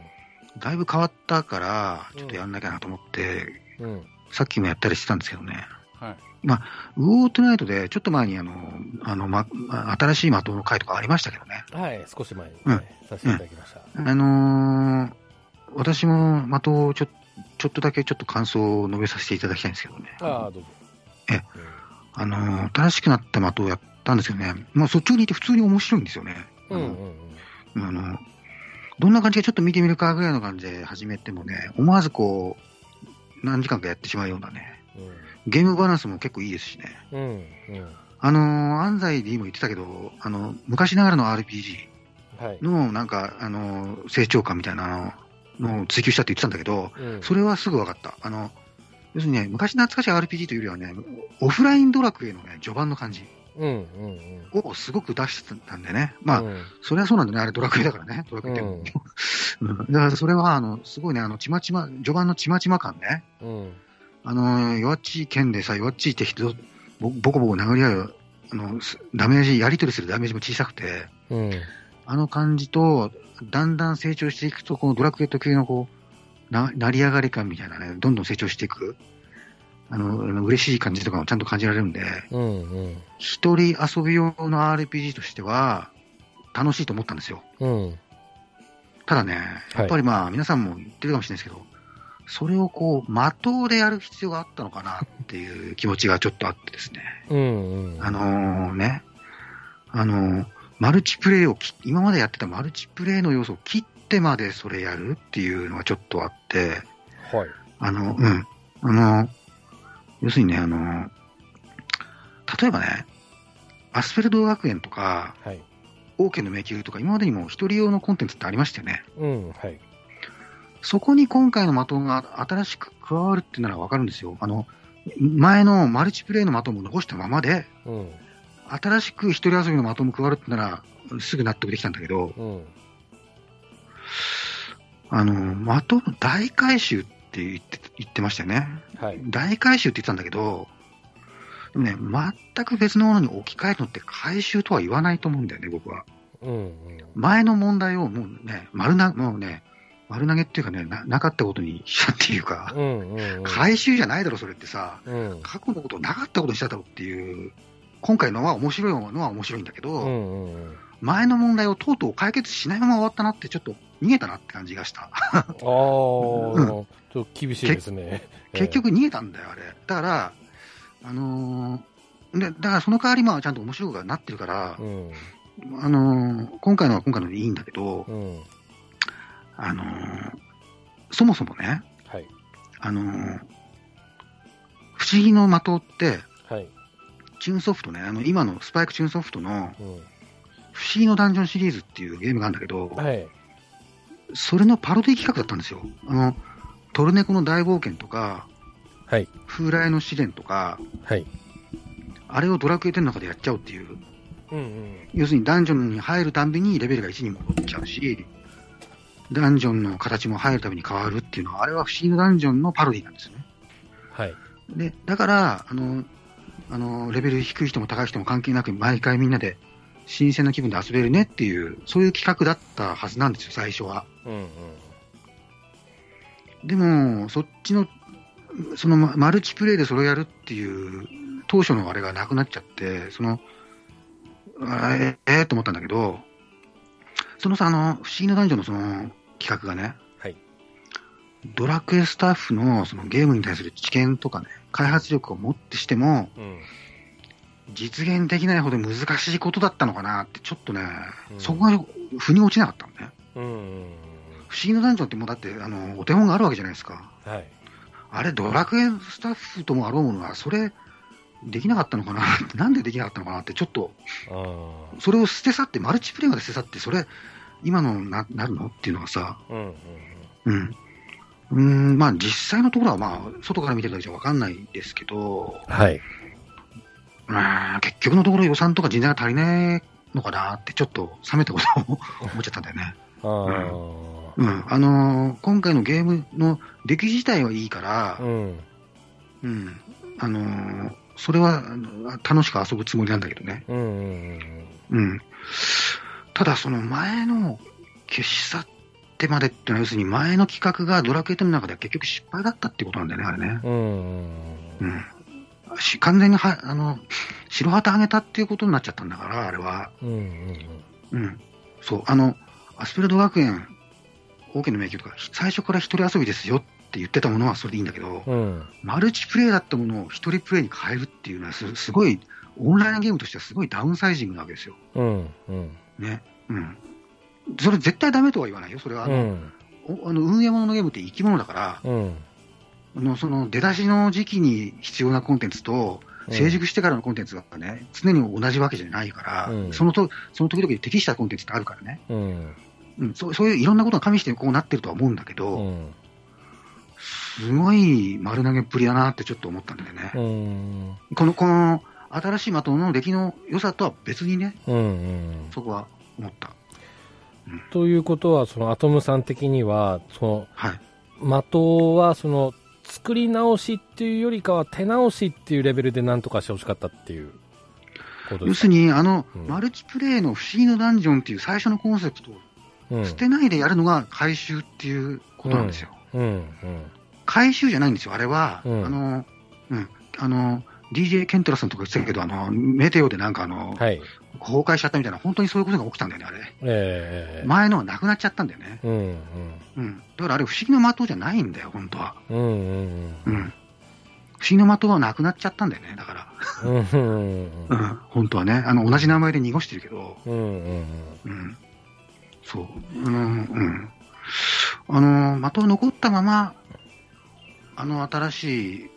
[SPEAKER 2] だいぶ変わったから、ちょっとやんなきゃなと思って、
[SPEAKER 1] うん。
[SPEAKER 2] さっきもやったりしてたんですけどね。
[SPEAKER 3] はい。
[SPEAKER 2] ウォートナイトで、ちょっと前にあの、あの、ま、新しい的の回とかありましたけどね。
[SPEAKER 1] はい、少し前に、ね
[SPEAKER 2] うん
[SPEAKER 1] させていただきました。
[SPEAKER 2] あのー私も的をちょちょっとだけちょっと感想を述べさせていただきたいんですけどね。
[SPEAKER 1] ああ、どうぞ。
[SPEAKER 2] えあのー新しくなった的をやったんですよね。まあ、そっちにいて普通に面白いんですよね。
[SPEAKER 1] うん。うん
[SPEAKER 2] あのあのどんな感じかちょっと見てみるかぐらいの感じで始めてもね、思わずこう、何時間かやってしまうようなね。ゲームバランスも結構いいですしね。
[SPEAKER 1] うん。うん。うん。うん。
[SPEAKER 2] あのー安西 D も言ってたけど、あの、昔ながらの RPG
[SPEAKER 1] はい。
[SPEAKER 2] のなんか、あのー成長感みたいなのを追求したって言ってたんだけど、
[SPEAKER 1] うん。
[SPEAKER 2] それはすぐ分かった。あの、要するにね、昔懐かしい RPG というよりはね、オフラインドラクエのね、序盤の感じ
[SPEAKER 1] うん。うん。
[SPEAKER 2] をすごく出してたんでね。
[SPEAKER 1] ま
[SPEAKER 2] まあ、それはそうなんだね、あれドラクエだからね、ドラクエって。
[SPEAKER 1] う
[SPEAKER 2] うんんだからそれは、あの、すごいね、あの、ちまちま、序盤のちまちま感ね。
[SPEAKER 1] うん。
[SPEAKER 2] あの、弱っちい剣でさ、弱っちい敵とボボコボコ殴り合う、あの、すダメージ、やり取りするダメージも小さくて、
[SPEAKER 1] うん。
[SPEAKER 2] あの感じと、だんだん成長していくと、このドラクエと系のこう、な、成り上がり感みたいなね、どんどん成長していく、あの、あの嬉しい感じとかもちゃんと感じられるんで、
[SPEAKER 1] うんうん。
[SPEAKER 2] 一人遊び用の RPG としては、楽しいと思ったんですよ。
[SPEAKER 1] うん。
[SPEAKER 2] ただね、やっぱりまあ、皆さんも言ってるかもしれないですけど、それをこう、的でやる必要があったのかなっていう気持ちがちょっとあってですね。
[SPEAKER 1] うんうん。
[SPEAKER 2] あのーね、あのーマルチプレイをき、今までやってたマルチプレイの要素を切ってまでそれやるっていうのがちょっとあって、
[SPEAKER 1] はい。
[SPEAKER 2] あの、うん。あのー要するにね、あのー例えばね、アスフェルド学園とか、
[SPEAKER 1] はい。
[SPEAKER 2] オーケーの迷宮とか、今までにも一人用のコンテンツってありましたよね。
[SPEAKER 1] うん、はい。
[SPEAKER 2] そこに今回の的が新しく加わるっていうならわかるんですよ。あの、前のマルチプレイの的も残したままで、
[SPEAKER 1] うん、
[SPEAKER 2] 新しく一人遊びの的も加わるってなら、すぐ納得できたんだけど、
[SPEAKER 1] うん。
[SPEAKER 2] あの、的の大回収って言って言ってましたよね。
[SPEAKER 1] はい。
[SPEAKER 2] 大回収って言ってたんだけど、でもね、全く別のものに置き換えるのって回収とは言わないと思うんだよね、僕は。
[SPEAKER 1] うん、うん。
[SPEAKER 2] 前の問題をもうね、丸な、もうね、丸投げっていうかね、ななかったことにしたっていうか、
[SPEAKER 1] うん、うん。い。
[SPEAKER 2] 回収じゃないだろ、それってさ、
[SPEAKER 1] うん。
[SPEAKER 2] 過去のことをなかったことにしただろっていう、今回のは面白いのは面白いんだけど、
[SPEAKER 1] うん、うん。
[SPEAKER 2] 前の問題をとうとう解決しないまま終わったなって、ちょっと逃げたなって感じがした。
[SPEAKER 1] ああ、ちょっと厳しいですね。
[SPEAKER 2] 結局逃げたんだよ、あれ。だから、あのーで、だからその代わり、まあ、ちゃんと面白くはなってるから
[SPEAKER 1] う、ん、
[SPEAKER 2] あのー今回のは今回のでいいんだけど、
[SPEAKER 1] うん。
[SPEAKER 2] あのーそもそもね、
[SPEAKER 1] はい。
[SPEAKER 2] あのー不思議の的って、
[SPEAKER 1] はい。
[SPEAKER 2] チューンソフトね、あの、今のスパイクチューンソフトの、
[SPEAKER 1] うん。
[SPEAKER 2] 不思議のダンジョンシリーズっていうゲームがあるんだけど、
[SPEAKER 1] はい。
[SPEAKER 2] それのパロディ企画だったんですよ。あの、トルネコの大冒険とか、
[SPEAKER 1] はい。
[SPEAKER 2] 風来の試練とか、
[SPEAKER 1] はい。
[SPEAKER 2] あれをドラクエ10の中でやっちゃおうっていう、
[SPEAKER 1] うん、うん。
[SPEAKER 2] 要するにダンジョンに入るたんびにレベルが1に戻っちゃうし、ダンジョンの形も入るたびに変わるっていうのは、あれは不思議のダンジョンのパロディなんですよね。
[SPEAKER 1] はい。
[SPEAKER 2] で、だから、あの、あの、レベル低い人も高い人も関係なく、毎回みんなで新鮮な気分で遊べるねっていう、そういう企画だったはずなんですよ、最初は。
[SPEAKER 1] うん、うん。
[SPEAKER 2] でも、そっちの、そのママルチプレイでそれをやるっていう、当初のあれがなくなっちゃって、その、あええー、と思ったんだけど、そのさ、あの、不思議な男女のその企画がね、
[SPEAKER 1] はい
[SPEAKER 2] ドラクエスタッフのそのゲームに対する知見とかね、開発力をもってしても、
[SPEAKER 1] うん。
[SPEAKER 2] 実現できないほど難しいことだったのかなって、ちょっとね、
[SPEAKER 1] うん
[SPEAKER 2] そこが腑に落ちなかったのね。
[SPEAKER 1] うん、うん。
[SPEAKER 2] 不思議な男女ってもうだって、あの、お手本があるわけじゃないですか。
[SPEAKER 1] はい。
[SPEAKER 2] あれ、ドラクエスタッフともあろうものは、それ、できなかったのかな って、なんでできなかったのかなって、ちょっと、
[SPEAKER 1] あ
[SPEAKER 2] それを捨て去って、マルチプレイまで捨て去って、それ、今のな、なるのっていうのがさ、
[SPEAKER 1] あ。うん、うん。
[SPEAKER 2] うん。うーん、まあ、実際のところは、まあ、外から見てるだけじゃわかんないですけど、
[SPEAKER 1] はい。
[SPEAKER 2] うーん、結局のところ予算とか人材が足りないのかなって、ちょっと冷めたことを 思っちゃったんだよね。
[SPEAKER 1] ああ。
[SPEAKER 2] うん。あのー今回のゲームの出来自体はいいから、
[SPEAKER 1] うん。
[SPEAKER 2] うん、あのーそれはあの楽しく遊ぶつもりなんだけどね、
[SPEAKER 1] うん、うん。
[SPEAKER 2] うん、ただ、その前の消し去ってまでっていうのは、要するに前の企画がドラクエ10の中では結局失敗だったってことなんだよね、あれね。
[SPEAKER 1] うん、うん。
[SPEAKER 2] うんし完全にはあの白旗あげたっていうことになっちゃったんだから、あれは。
[SPEAKER 1] うん、うん。
[SPEAKER 2] うん、そうあのアスペルド学園、王家の迷宮とか、最初から一人遊びですよって言ってたものはそれでいいんだけど、
[SPEAKER 1] うん。
[SPEAKER 2] マルチプレイだったものを一人プレイに変えるっていうのはす、すごい、オンラインゲームとしてはすごいダウンサイジングなわけですよ。
[SPEAKER 1] うん、うん。
[SPEAKER 2] ね。うん。それ絶対ダメとは言わないよ。それは、あ
[SPEAKER 1] う
[SPEAKER 2] の、
[SPEAKER 1] ん、
[SPEAKER 2] おあの運営もののゲームって生き物だから、
[SPEAKER 1] うん。
[SPEAKER 2] あのその出だしの時期に必要なコンテンツと、成熟してからのコンテンツがね、常に同じわけじゃないから、
[SPEAKER 1] うん
[SPEAKER 2] そのと、その時々に適したコンテンツってあるからね。
[SPEAKER 1] うん。
[SPEAKER 2] うん。そうそういういろんなことが加味してこうなってるとは思うんだけ
[SPEAKER 1] う
[SPEAKER 2] ど、
[SPEAKER 1] ん。
[SPEAKER 2] すごい丸投げっぷりだなってちょっと思ったんだよね。
[SPEAKER 1] うん。
[SPEAKER 2] この、この、新しい的の出来の良さとは別にね、
[SPEAKER 1] うんうん、
[SPEAKER 2] そこは思った。
[SPEAKER 1] ということは、そのアトムさん的には、そ
[SPEAKER 2] はい。
[SPEAKER 1] の的はその作り直しっていうよりかは手直しっていうレベルでなんとかしてほしかったっていう。
[SPEAKER 2] 要するに、あの、マルチプレイの不思議のダンジョンっていう最初のコンセプトを捨てないでやるのが回収っていうことなんですよ。
[SPEAKER 1] うんうん
[SPEAKER 2] 回収じゃないんですよ、あれは。あの、うん、あの、DJ ケントラさんとか言ってたけど、あの、メテオでなんかあの、
[SPEAKER 1] はい、
[SPEAKER 2] 崩壊しちゃったみたいな、本当にそういうことが起きたんだよね、あれ。
[SPEAKER 1] えー、
[SPEAKER 2] 前のはなくなっちゃったんだよね。
[SPEAKER 1] うん、うん
[SPEAKER 2] うん、だからあれ、不思議の的じゃないんだよ、本当は。
[SPEAKER 1] うんうんうん。うん。
[SPEAKER 2] 不思議の的はなくなっちゃったんだよね、だから
[SPEAKER 1] うん、
[SPEAKER 2] 本当はね、あの、同じ名前で濁してるけど。、
[SPEAKER 1] うん、うん
[SPEAKER 2] そう。あの、うん。あの、的は残ったまま、あの、新しい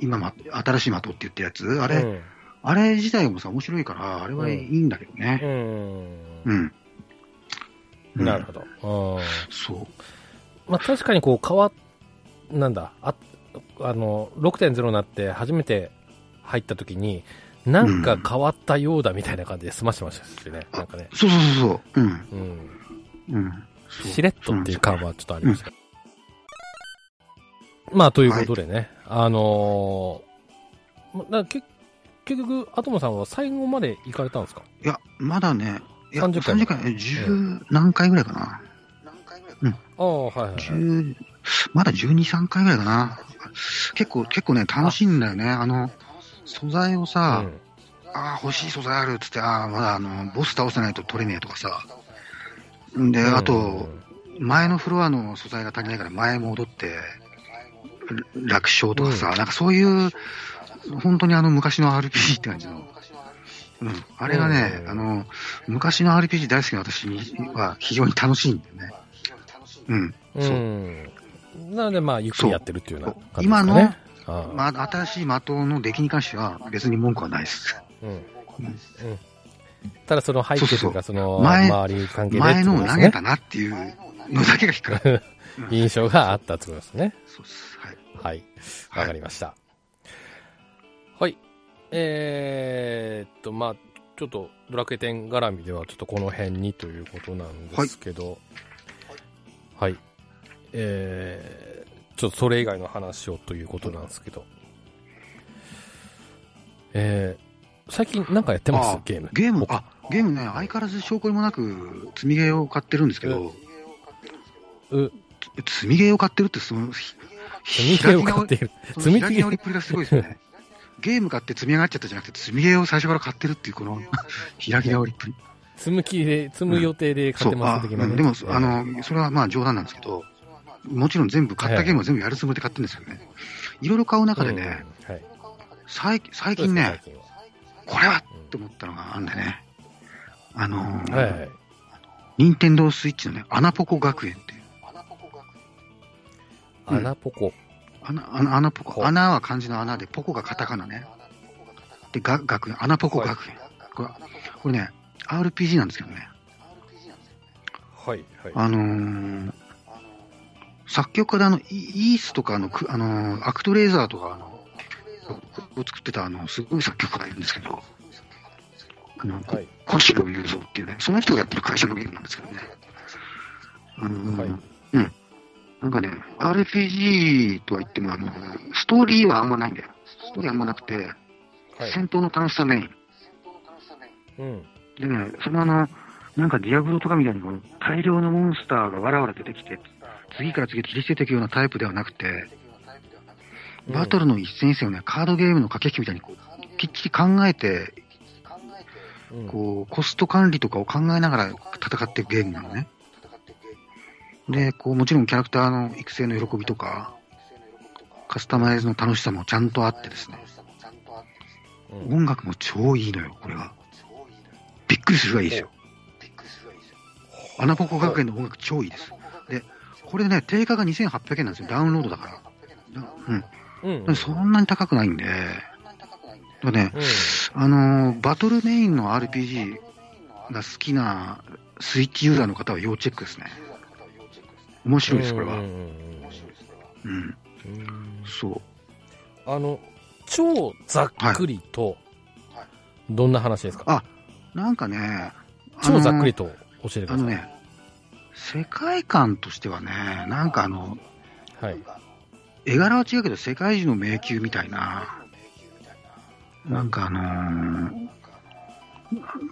[SPEAKER 2] 今、ま、新しい的って言ったやつ、あれ、うん、あれ自体もさ、面白いから、あれはいいんだけどね。。
[SPEAKER 1] うん
[SPEAKER 2] うん、
[SPEAKER 1] うん、なるほど。あ。
[SPEAKER 2] そう
[SPEAKER 1] まあ、確かにこう、変わっ、なんだ、あ、あの、6.0になって初めて入った時に、なんか変わったようだみたいな感じで済ましてましたしね、うん、なんかね。
[SPEAKER 2] そうそうそうそう。うん。
[SPEAKER 1] うん。うん。しれっとっていう感はちょっとありました。まあ、ということでね、はい、あのー、結局、アトムさんは最後まで行かれたんですか
[SPEAKER 2] いや、まだね、いや
[SPEAKER 1] 30回。
[SPEAKER 2] 30回、10何回ぐらいかな。。
[SPEAKER 1] 何回ぐらいかな。ああ、はい、はい
[SPEAKER 2] まだ12、3回ぐらいかな。結構、結構ね、楽しいんだよね。あの、素材をさ、うん、ああ、欲しい素材あるっつって、ああ、まだあの、ボス倒せないと取れねえとかさ。で、あと、前のフロアの素材が足りないから前戻って、楽勝とかさ、うん、なんかそういう、本当にあの昔の RPG って感じの。うん、あれがね、うん、あの、昔の RPG 大好きな私は非常に楽しいんだよね。うん。
[SPEAKER 1] うん、そうなので、まあ、ゆっくりやってるっていうような感じですね。
[SPEAKER 2] 今の、まあ、新しい的の出来に関しては別に文句はないです。
[SPEAKER 1] うん。うんただその背景というか、その
[SPEAKER 2] 前、
[SPEAKER 1] 周り関係で、ね、
[SPEAKER 2] 前のを投げたなっていうのだけが引っかかる。
[SPEAKER 1] 印象があったってことですね。
[SPEAKER 2] そうです。
[SPEAKER 1] はい。わ、はい、かりました。はい。はい、えー、っと、まあちょっと、ドラクエ展絡みでは、ちょっとこの辺にということなんですけど、はい。はい、えー、ちょっとそれ以外の話をということなんですけど、えー、最近なんかやってますゲーム。
[SPEAKER 2] ゲームあ、ゲームね、相変わらず証拠にもなく、積みゲーを買ってるんですけど、
[SPEAKER 1] う、
[SPEAKER 2] 積みゲーを買ってるって、その、
[SPEAKER 1] 積み毛を買っている。
[SPEAKER 2] 積み毛のリプレがすごいですね。ゲーム買って積み上がっちゃったじゃなくて、積み毛を最初から買ってるっていう、この、 開き直りっぷり。
[SPEAKER 1] 積む気で、積む予定で買ってます、
[SPEAKER 2] ねうん、でも、あの、それはまあ冗談なんですけど、もちろん全部、買ったゲームは全部やるつもりで買ってるんですよね。いろいろ買う中でね、うん、はい、最最近ね、近これはって思ったのがあるんでね、あのー、はい、はい、ニンテンドースイッチのね、アナポコ学園っていう。
[SPEAKER 1] 穴ポコ。
[SPEAKER 2] 穴、穴、穴ポコ。穴は漢字の穴で、ポコがカタカナね。で、が、学園。穴ポコ学園。これ、これね、RPG なんですけどね。
[SPEAKER 1] はい、はい。
[SPEAKER 2] あのー、作曲家であの、イースとかの、あのー、アクトレーザーとか、あの、を作ってた、あの、すごい作曲家がいるんですけど、あの、はい、小城雄三っていうね、その人がやってる会社のゲームなんですけどね。あのー、はい、うん。なんかね、RPG とは言っても、あの、ストーリーはあんまないんだよ。ストーリーあんまなくて、はい、戦闘の楽しさメイン。
[SPEAKER 1] うん。
[SPEAKER 2] でね、そのあの、なんかディアブロとかみたいに大量のモンスターがわらわら出てきて、次から次切り捨てていくようなタイプではなくて、うん、バトルの一戦一戦をね、カードゲームの駆け引きみたいにこう、きっちり考えて、うん、こう、コスト管理とかを考えながら戦っていくゲームなのね。で、こう、もちろんキャラクターの育成の喜びとか、カスタマイズの楽しさもちゃんとあってですね。うん、音楽も超いいのよ、これが。びっくりするがいいですよ。アナポコ学園の音楽超いいです。で、これね、定価が2800円なんですよ、ダウンロードだから。うん。うん、そんなに高くないんで。だね、うん、あのー、バトルメインの RPG が好きなスイッチユーザーの方は要チェックですね。面白いです、これは。うん。そう。
[SPEAKER 1] あの、超ざっくりと、はい、どんな話ですか
[SPEAKER 2] あ、なんかね、
[SPEAKER 1] 超ざっくりと教えてください。あの
[SPEAKER 2] ね、世界観としてはね、なんかあの、
[SPEAKER 1] はい、
[SPEAKER 2] 絵柄は違うけど、世界中の迷宮みたいな、なんかあのー、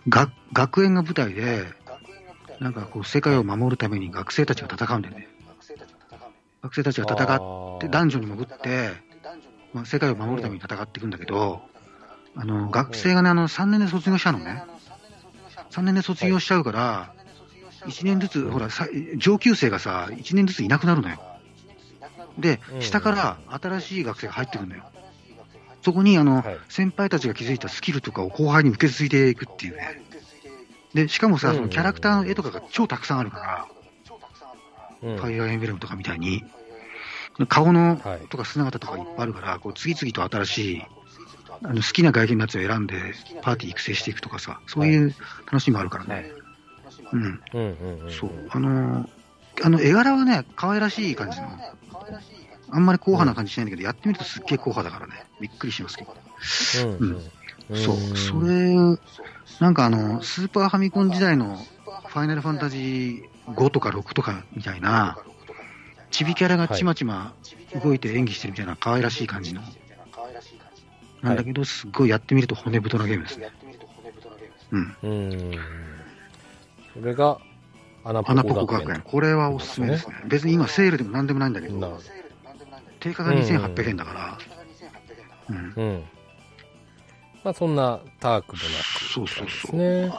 [SPEAKER 2] が学園が舞台で、なんかこう、世界を守るために学生たちが戦うんだよね。学生たちが戦って、男女に潜って、まあ、世界を守るために戦っていくんだけど、あの、学生がね、あの、3年で卒業しちゃうのね。3年で卒業しちゃうから、1年ずつ、ほら、さ上級生がさ、1年ずついなくなるのよ。で
[SPEAKER 1] う、ん
[SPEAKER 2] 下から新しい学生が入ってくるのよ。そこに、あ
[SPEAKER 1] は
[SPEAKER 2] の
[SPEAKER 1] い、
[SPEAKER 2] 先輩たちが築いたスキルとかを後輩に受け継いでいくっていうね。で、しかもさ、そのキャラクターの絵とかが超たくさんあるか
[SPEAKER 1] う
[SPEAKER 2] ら、
[SPEAKER 1] ん
[SPEAKER 2] ファイアーエンブレムとかみたいに、顔の
[SPEAKER 1] はい
[SPEAKER 2] とか姿とかいっぱいあるから、こう次々と新しい、あの好きな外見のやつを選んで、パーティー育成していくとかさ、そういう楽しみもあるからね。
[SPEAKER 1] はい
[SPEAKER 2] うん、
[SPEAKER 1] うんうんうん
[SPEAKER 2] そう。あのーあの絵柄はね、可愛らしい感じの、あんまり硬派な感じしないんだけど、やってみるとすっげえ硬派だからね、びっくりしますけど。
[SPEAKER 1] うんうん
[SPEAKER 2] そう。そ
[SPEAKER 1] うん
[SPEAKER 2] れ、なんかあの、スーパーファミコン時代のファイナルファンタジー5とか6とかみたいな、チビキャラがちまちま動いて演技してるみたいな可愛らしい感じの、なんだけど、すっごいやってみると骨太なゲームですね。うん。
[SPEAKER 1] うんそれが穴
[SPEAKER 2] 穴
[SPEAKER 1] ポ
[SPEAKER 2] ポ
[SPEAKER 1] コ
[SPEAKER 2] コ
[SPEAKER 1] 学
[SPEAKER 2] 学園。
[SPEAKER 1] 園
[SPEAKER 2] これはおすすめですね。別に今セールでも何でもないんだけ
[SPEAKER 1] なる
[SPEAKER 2] ど
[SPEAKER 1] ほ、
[SPEAKER 2] 定価が2800円だから、うん。
[SPEAKER 1] うんまあそんなタークブな
[SPEAKER 2] そうそう
[SPEAKER 1] です
[SPEAKER 2] そう。
[SPEAKER 1] ね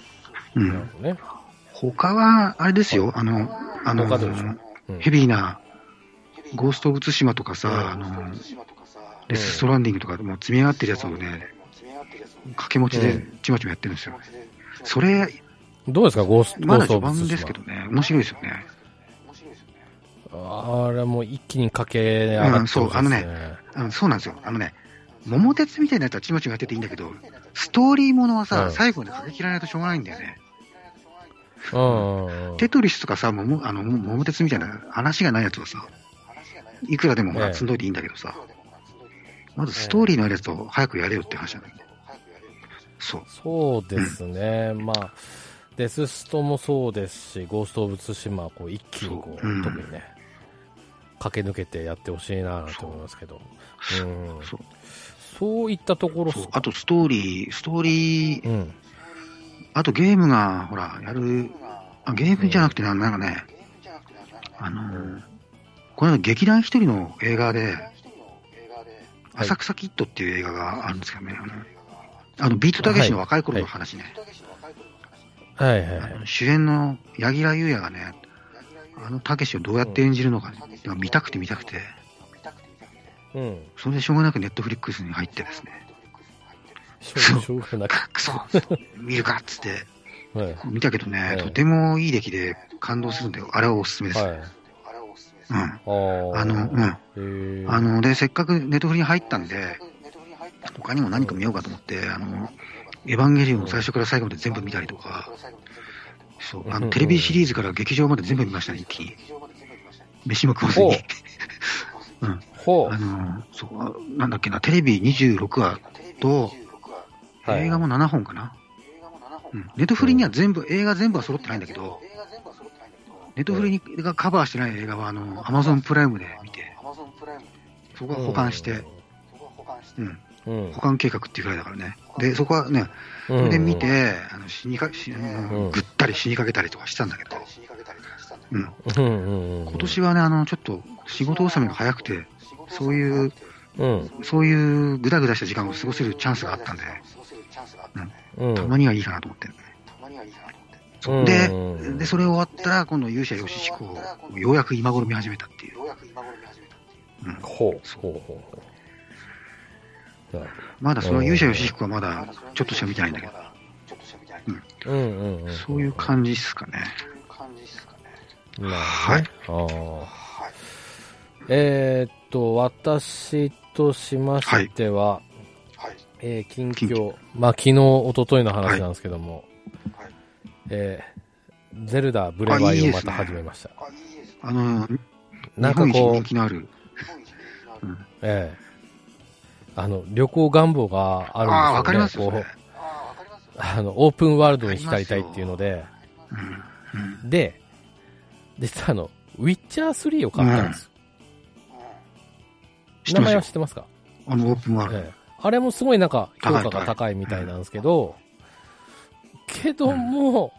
[SPEAKER 2] う
[SPEAKER 1] なる
[SPEAKER 2] ん。
[SPEAKER 1] ほどね
[SPEAKER 2] 他は、あれですよ、あの、あの
[SPEAKER 1] 他どうでしょう、うん
[SPEAKER 2] ヘビーな、ゴースト・ウツシマとかさ、あの、レス・ストランディングとか、もう積み上がってるやつをね、掛け持ちでちまちまやってるんですよ。それ、
[SPEAKER 1] どうですかゴースゴ
[SPEAKER 2] ま
[SPEAKER 1] ー
[SPEAKER 2] だ
[SPEAKER 1] スト・オブ・
[SPEAKER 2] 序
[SPEAKER 1] ツ
[SPEAKER 2] 盤
[SPEAKER 1] シ
[SPEAKER 2] で
[SPEAKER 1] マ
[SPEAKER 2] すけどね、面白いですよね。
[SPEAKER 1] あれもう一気に駆け上がってますね
[SPEAKER 2] うんそうあのねあのそうなんですよ。あのね、桃鉄みたいなやつはちまちまやってていいんだけど、ストーリーものはさ、
[SPEAKER 1] うん
[SPEAKER 2] 最後にかけ切らないとしょうがないんだよ
[SPEAKER 1] う
[SPEAKER 2] ね。
[SPEAKER 1] んうんうん
[SPEAKER 2] テトリスとかさ、ももあのも桃鉄みたいな話がないやつはさ、いくらでもほ
[SPEAKER 1] ええ
[SPEAKER 2] ら積んどいていいんだけどさ、まずストーリーのやつを早くやれよって話なんだよね。そう。
[SPEAKER 1] そうですね、まあ、デスストもそうですし、ゴースト・オブ・ツシマはこう一気にこう、
[SPEAKER 2] そううん
[SPEAKER 1] 特にね、駆け抜けてやってほしいなと思いますけど、うん、
[SPEAKER 2] そう
[SPEAKER 1] そういったところっ
[SPEAKER 2] そう
[SPEAKER 1] すか
[SPEAKER 2] あとストーリー、ストーリー、
[SPEAKER 1] うん、
[SPEAKER 2] あとゲームが、ほら、やる、あゲームじゃなくてな、なんかね、あのーこの間劇団一人の映画で、浅草キッドっていう映画があるんですけどね、あの、あのビートたけしの若い頃の話ね、
[SPEAKER 1] はいはいはい
[SPEAKER 2] あの主演の柳楽優弥がね、あのたけしをどうやって演じるのか、が見たくて見たくて、
[SPEAKER 1] うん、
[SPEAKER 2] それでしょうがなくネットフリックスに入ってですね、
[SPEAKER 1] しょうしょうがな く、
[SPEAKER 2] くそ、見るかっつって、
[SPEAKER 1] はい、
[SPEAKER 2] 見たけど
[SPEAKER 1] え
[SPEAKER 2] ね、
[SPEAKER 1] え
[SPEAKER 2] とてもいい出来で感動するんだよ。あれはおすすめです。
[SPEAKER 1] はい、
[SPEAKER 2] うん。あ
[SPEAKER 1] ああ
[SPEAKER 2] の、うん。
[SPEAKER 1] うん
[SPEAKER 2] あの、で、せっかくネットフリに入ったんで、他にも何か見ようかと思って、あの、エヴァンゲリオンを最初から最後まで全部見たりとか、そう、あ
[SPEAKER 1] うんうん
[SPEAKER 2] の、テレビシリーズから劇場まで全部見ましたね、一気に。飯も食わず
[SPEAKER 1] お
[SPEAKER 2] に
[SPEAKER 1] う。ほ
[SPEAKER 2] あの、そう、あなんだっけな、テレビ26話と、
[SPEAKER 1] う、はい、
[SPEAKER 2] 映画も7本かな。うん。ネットフリには全部、映画全部は揃ってないんだけど、ネットフリにがカバーしてない映画は、あの、アマゾンプライムで見て、そこは保管して、う
[SPEAKER 1] う
[SPEAKER 2] ん、
[SPEAKER 1] ん、うん
[SPEAKER 2] 保管計画っていうぐらいだからね。で、そこはね、それで見、て、あの死にか死
[SPEAKER 1] ん
[SPEAKER 2] ぐったり死にかけたりとかしたんだけど、うん、
[SPEAKER 1] うんうんうん、
[SPEAKER 2] 今年はね、あの、ちょっと仕事納めが早くて、そういう、
[SPEAKER 1] うん、
[SPEAKER 2] そういうぐだぐだした時間を過ごせるチャンスがあったんで、
[SPEAKER 1] うん、
[SPEAKER 2] たまにはいいかなと思って。
[SPEAKER 1] うん
[SPEAKER 2] で、で、それ終わったら、今度勇者よししこをようやく今頃見始めたっていう。うん、
[SPEAKER 1] ほう、ほうほうほう。なる
[SPEAKER 2] まだその勇者よししこはまだちょっとしか見てないんだけど、
[SPEAKER 1] ほどうんうんうん。
[SPEAKER 2] そういう感じっすかね。
[SPEAKER 1] じ。なる
[SPEAKER 2] はい。
[SPEAKER 1] ほど。ああ。えーっと、私としましては、えー近況
[SPEAKER 2] 近況
[SPEAKER 1] まあ昨日、一昨日の話なんですけども、
[SPEAKER 3] はいはい
[SPEAKER 1] えーゼルダブレワイをまた始めました。
[SPEAKER 2] あの、日
[SPEAKER 1] なんか
[SPEAKER 2] 本一
[SPEAKER 1] こ
[SPEAKER 2] 人
[SPEAKER 1] う、
[SPEAKER 2] 気のある、
[SPEAKER 1] ええあの、旅行願望があるんですよ、ね。
[SPEAKER 2] ああ、わかりますよ、それ
[SPEAKER 1] こうあの、オープンワールドに浸りたいっていうので、
[SPEAKER 2] うん。
[SPEAKER 1] で、実はあの、ウィッチャー3を買ったんです。
[SPEAKER 2] 知っ
[SPEAKER 1] 名
[SPEAKER 2] てます
[SPEAKER 1] 前は
[SPEAKER 2] よ
[SPEAKER 1] 知。ってますか
[SPEAKER 2] あの、オープンワールド。
[SPEAKER 1] ええあれもすごいなんか評価が高いみたいなんですけど、けども、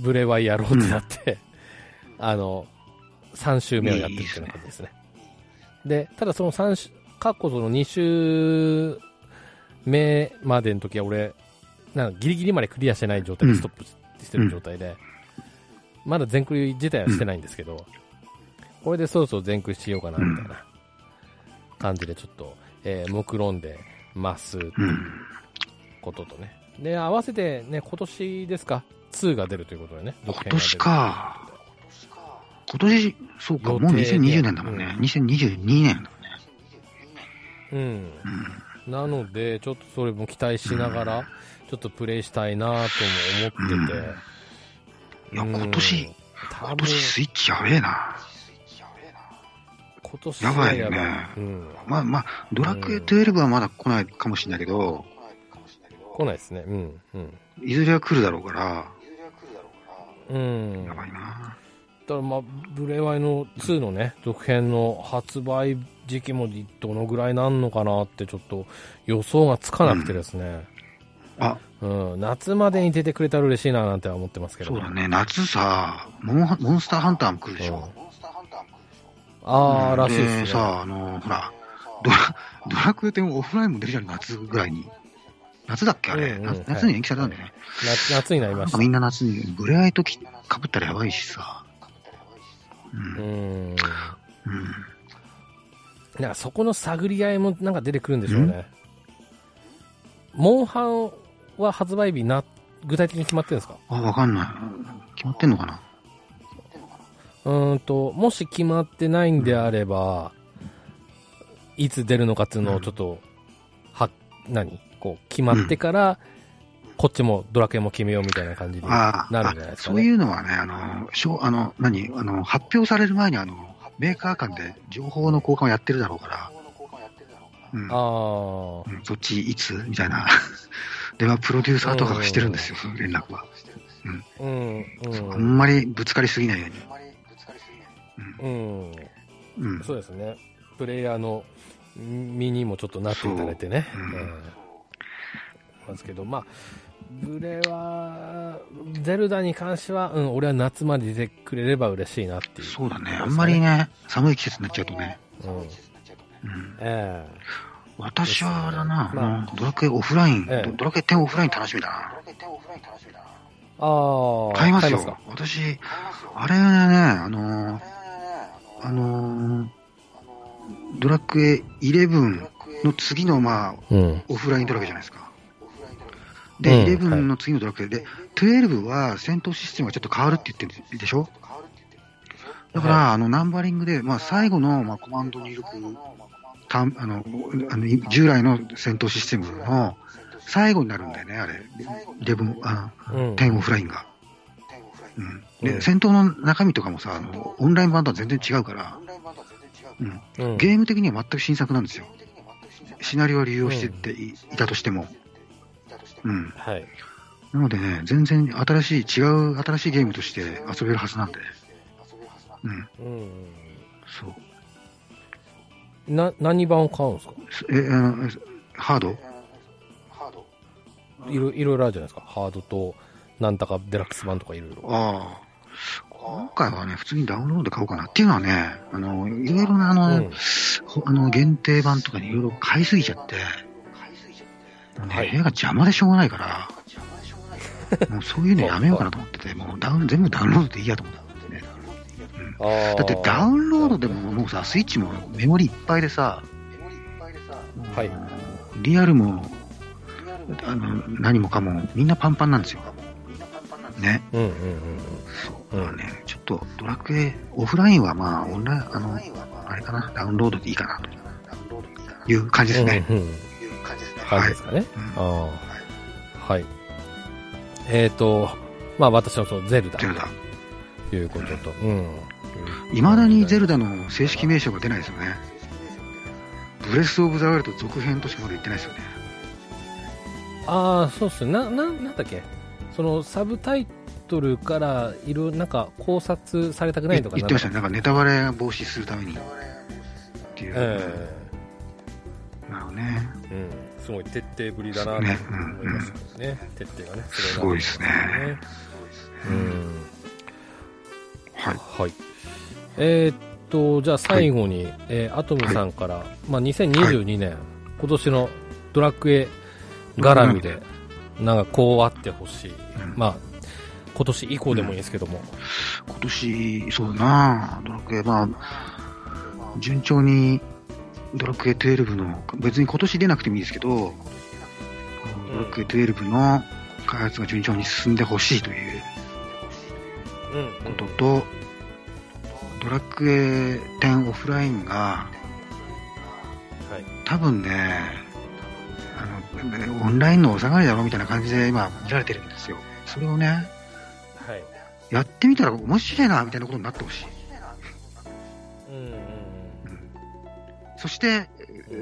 [SPEAKER 1] ブレワイやろうってなって、あの、3週目をやってるっていう感じですね。で、ただその3週、過去その2週目までの時は俺、なんかギリギリまでクリアしてない状態でストップしてる状態で、まだ全クリ自体はしてないんですけど、これでそろそろ全クリしようかな、みたいな感じでちょっと、えー、目論んでますっていうこととね。で、合わせてね、今年ですか、2が出るということでね。
[SPEAKER 2] 今年か。今年、そうか、もう2020年だもんね。うん、2022年だもんね。
[SPEAKER 1] うん。うん、なので、ちょっとそれも期待しながら、うん、ちょっとプレイしたいなとも思ってて。
[SPEAKER 2] いや、今年、今年スイッチやべえな。
[SPEAKER 1] 今年
[SPEAKER 2] やばいよね。うん、まあまあ、ドラクエ12はまだ来ないかもしれないけど、
[SPEAKER 1] 来ないですね。うん。うん。
[SPEAKER 2] いずれは来るだろうから。
[SPEAKER 1] うん。
[SPEAKER 2] やばいな。
[SPEAKER 1] だからまあ、ブレワイの2のね、続編の発売時期もどのぐらいなんのかなってちょっと予想がつかなくてですね。
[SPEAKER 2] うん、あ、
[SPEAKER 1] うん、夏までに出てくれたら嬉しいななんて思ってますけど、
[SPEAKER 2] ね、そうだね、夏さモン、モンスターハンターも来るでしょ。
[SPEAKER 1] ああ、らしいですね。
[SPEAKER 2] さあ、あのー、ほら、ドラ、ドラクエ展オフラインも出るじゃん、夏ぐらいに。夏だっけあれ、うんうん、夏に延期されたんだよね、
[SPEAKER 1] はい夏、夏になりました。
[SPEAKER 2] みんな夏に、ブレアイときかぶったらやばいしさ。
[SPEAKER 1] うん。うん。なんかそこの探り合いもなんか出てくるんでしょうね。モンハンは発売日な、具体的に決まってるんですか
[SPEAKER 2] あ、わかんない。決まってんのかな
[SPEAKER 1] うんと、もし決まってないんであれば、うん、いつ出るのかっていうのをちょっと、は、何こう、決まってから、うん、こっちもドラケンも決めようみたいな感じになるんじゃないですか、
[SPEAKER 2] ね、そういうのはね、あの、しょあの、何あの、発表される前に、あの、メーカー間で情報の交換をやってるだろうから。
[SPEAKER 1] うん、ああ、
[SPEAKER 2] うん、そっちいつみたいな。 では、プロデューサーとかがしてるんですよ、連絡は。
[SPEAKER 1] うん。うん。
[SPEAKER 2] あんまりぶつかりすぎないように。
[SPEAKER 1] うん、うん、そうですね、プレイヤーの身にもちょっとなっていただいてね、うん、えー、ますけど、まあ、ブレは、ゼルダに関しては、うん、俺は夏まで出てくれれば嬉しいなっていう、ね、
[SPEAKER 2] そうだね、あんまりね、寒い季節になっちゃうとね。うん、うん、
[SPEAKER 1] ええ
[SPEAKER 2] ー、私はあれだな、まあ、ドラクエオフライン、えー、ドラクエ10オフライン楽しみだな。ドラクエ10オフライン楽しみだな。
[SPEAKER 1] あ
[SPEAKER 2] あ。買いますよ。す私、あれね、あのー、あのー、ドラクエ11の次の、まあ、うん、オフラインドラクエじゃないですか。で、うん、11の次のドラクエで、はい、12は戦闘システムがちょっと変わるって言ってるでしょだから、はい、あの、ナンバリングで、まあ、最後の、まあ、コマンド入力、たあの、あの従来の戦闘システムの、最後になるんだよね、あれ。レブン、あの、10、うん、オフラインが。うん。で、うん、戦闘の中身とかもさ、あの、オンライン版とは全然違うから、うん。ゲーム的には全く新作なんですよ。シナリオは流用してってい,、たとしても。うん。
[SPEAKER 1] はい。
[SPEAKER 2] なのでね、全然新しい、違う新しいゲームとして遊べるはずなんで。
[SPEAKER 1] うん。うん。。
[SPEAKER 2] そう
[SPEAKER 1] な、何版を買うんですか
[SPEAKER 2] え、あの、ハード
[SPEAKER 1] いろいろあるじゃないですか。ハードと、なんだかデラックス版とかいろいろ。
[SPEAKER 2] ああ。今回はね、普通にダウンロードで買おうかな。っていうのはね、あの、いろいろなあの、うん、あの限定版とかにいろいろ買いすぎちゃって、もうね、はい、部屋が邪魔でしょうがないから、 もうそういうのやめようかなと思ってて、もうダウン、全部ダウンロードでいいやと思ったんでね。うん、だってダウンロードでももうさ、スイッチもメモリいっぱいでさ、
[SPEAKER 1] はい、
[SPEAKER 2] リアルもあの何もかもみんなパンパンなんですよ。ね。
[SPEAKER 1] うんうんうん。
[SPEAKER 2] そうだね。ちょっとドラクエオフラインはまあオンラインあのあれかなダウンロードでいいかなという感じですね。
[SPEAKER 1] うんうん、いう感じですね。はい。ですかね。ああ。はい。えっ、とまあ私はそうゼルダ。
[SPEAKER 2] ゼルダ。
[SPEAKER 1] ということと。うん。
[SPEAKER 2] いまだにゼルダの正式名称が出ないですよね。ブレス・オブ・ザ・ワイルド続編としかまだ言ってないですよね。
[SPEAKER 1] ああそうっすなななんだっけそのサブタイトルからいろなんか考察されたくないとか
[SPEAKER 2] 言ってましたねなんかネタバレ防止するためにっていう、
[SPEAKER 1] え
[SPEAKER 2] ー、なるほどね、
[SPEAKER 1] うん、すごい徹底ぶりだなと思いましたね、ねうん、徹底がね、
[SPEAKER 2] すごいですね。
[SPEAKER 1] うん、
[SPEAKER 2] はい、
[SPEAKER 1] はい、えー、っとじゃあ最後に、はい、えー、アトムさんから、はい、まあ、2022年、はい、今年のドラクエ絡みで、なんかこうあってほしい、うん、まあ、今年以降でもいいですけども、
[SPEAKER 2] うん、今年、そうだな、ドラクエ、まあ、順調にドラクエ12の、別に今年出なくてもいいですけど、うん、ドラクエ12の開発が順調に進んでほしいということと、ドラクエ10オフラインが、はい、多分ね、あのオンラインのお下がりだろみたいな感じで今見られてるんですよ。それをね、
[SPEAKER 1] はい、
[SPEAKER 2] やってみたら面白いなみたいなことになってほしい。
[SPEAKER 1] うんうんうん、
[SPEAKER 2] そして、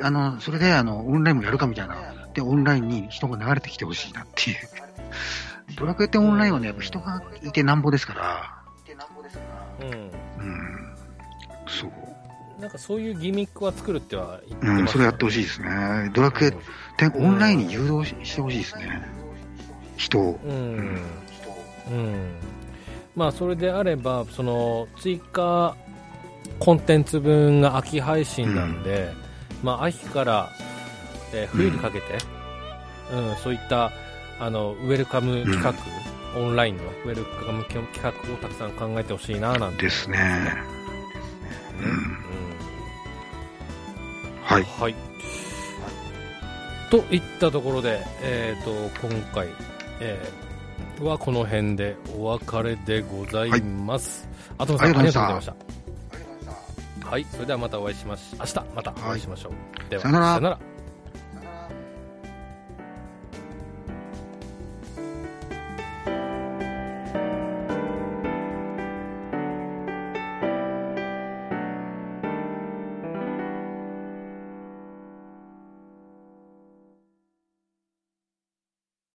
[SPEAKER 2] あの、それで、あの、オンラインもやるかみたいな。で、オンラインに人が流れてきてほしいなっていう。ドラクエってオンラインはね、やっぱ人がいてなんぼですから。
[SPEAKER 1] うん。
[SPEAKER 2] うん。そう。
[SPEAKER 1] なんかそういうギミックは作るっては言って
[SPEAKER 2] ます、ね、うん、それやってほしいですね。ドラクエ、うん、オンラインに誘導し,、してほしいですね。人を。
[SPEAKER 1] うん。うん。うん、まあ、それであれば、その、追加コンテンツ分が秋配信なんで、うん、まあ、秋から、えー、冬にかけて、うん、うん、そういった、あの、ウェルカム企画、オンラインのウェルカム企画をたくさん考えてほしいな、なんて。
[SPEAKER 2] ですね。うん。はい、
[SPEAKER 1] はい。といったところで、えーと、と今回、えー、はこの辺でお別れでございます。はい、あさんありがとうございました。はい、それではまたお会いしまし、明日またお会いしましょう。はい、では、
[SPEAKER 2] さよなら。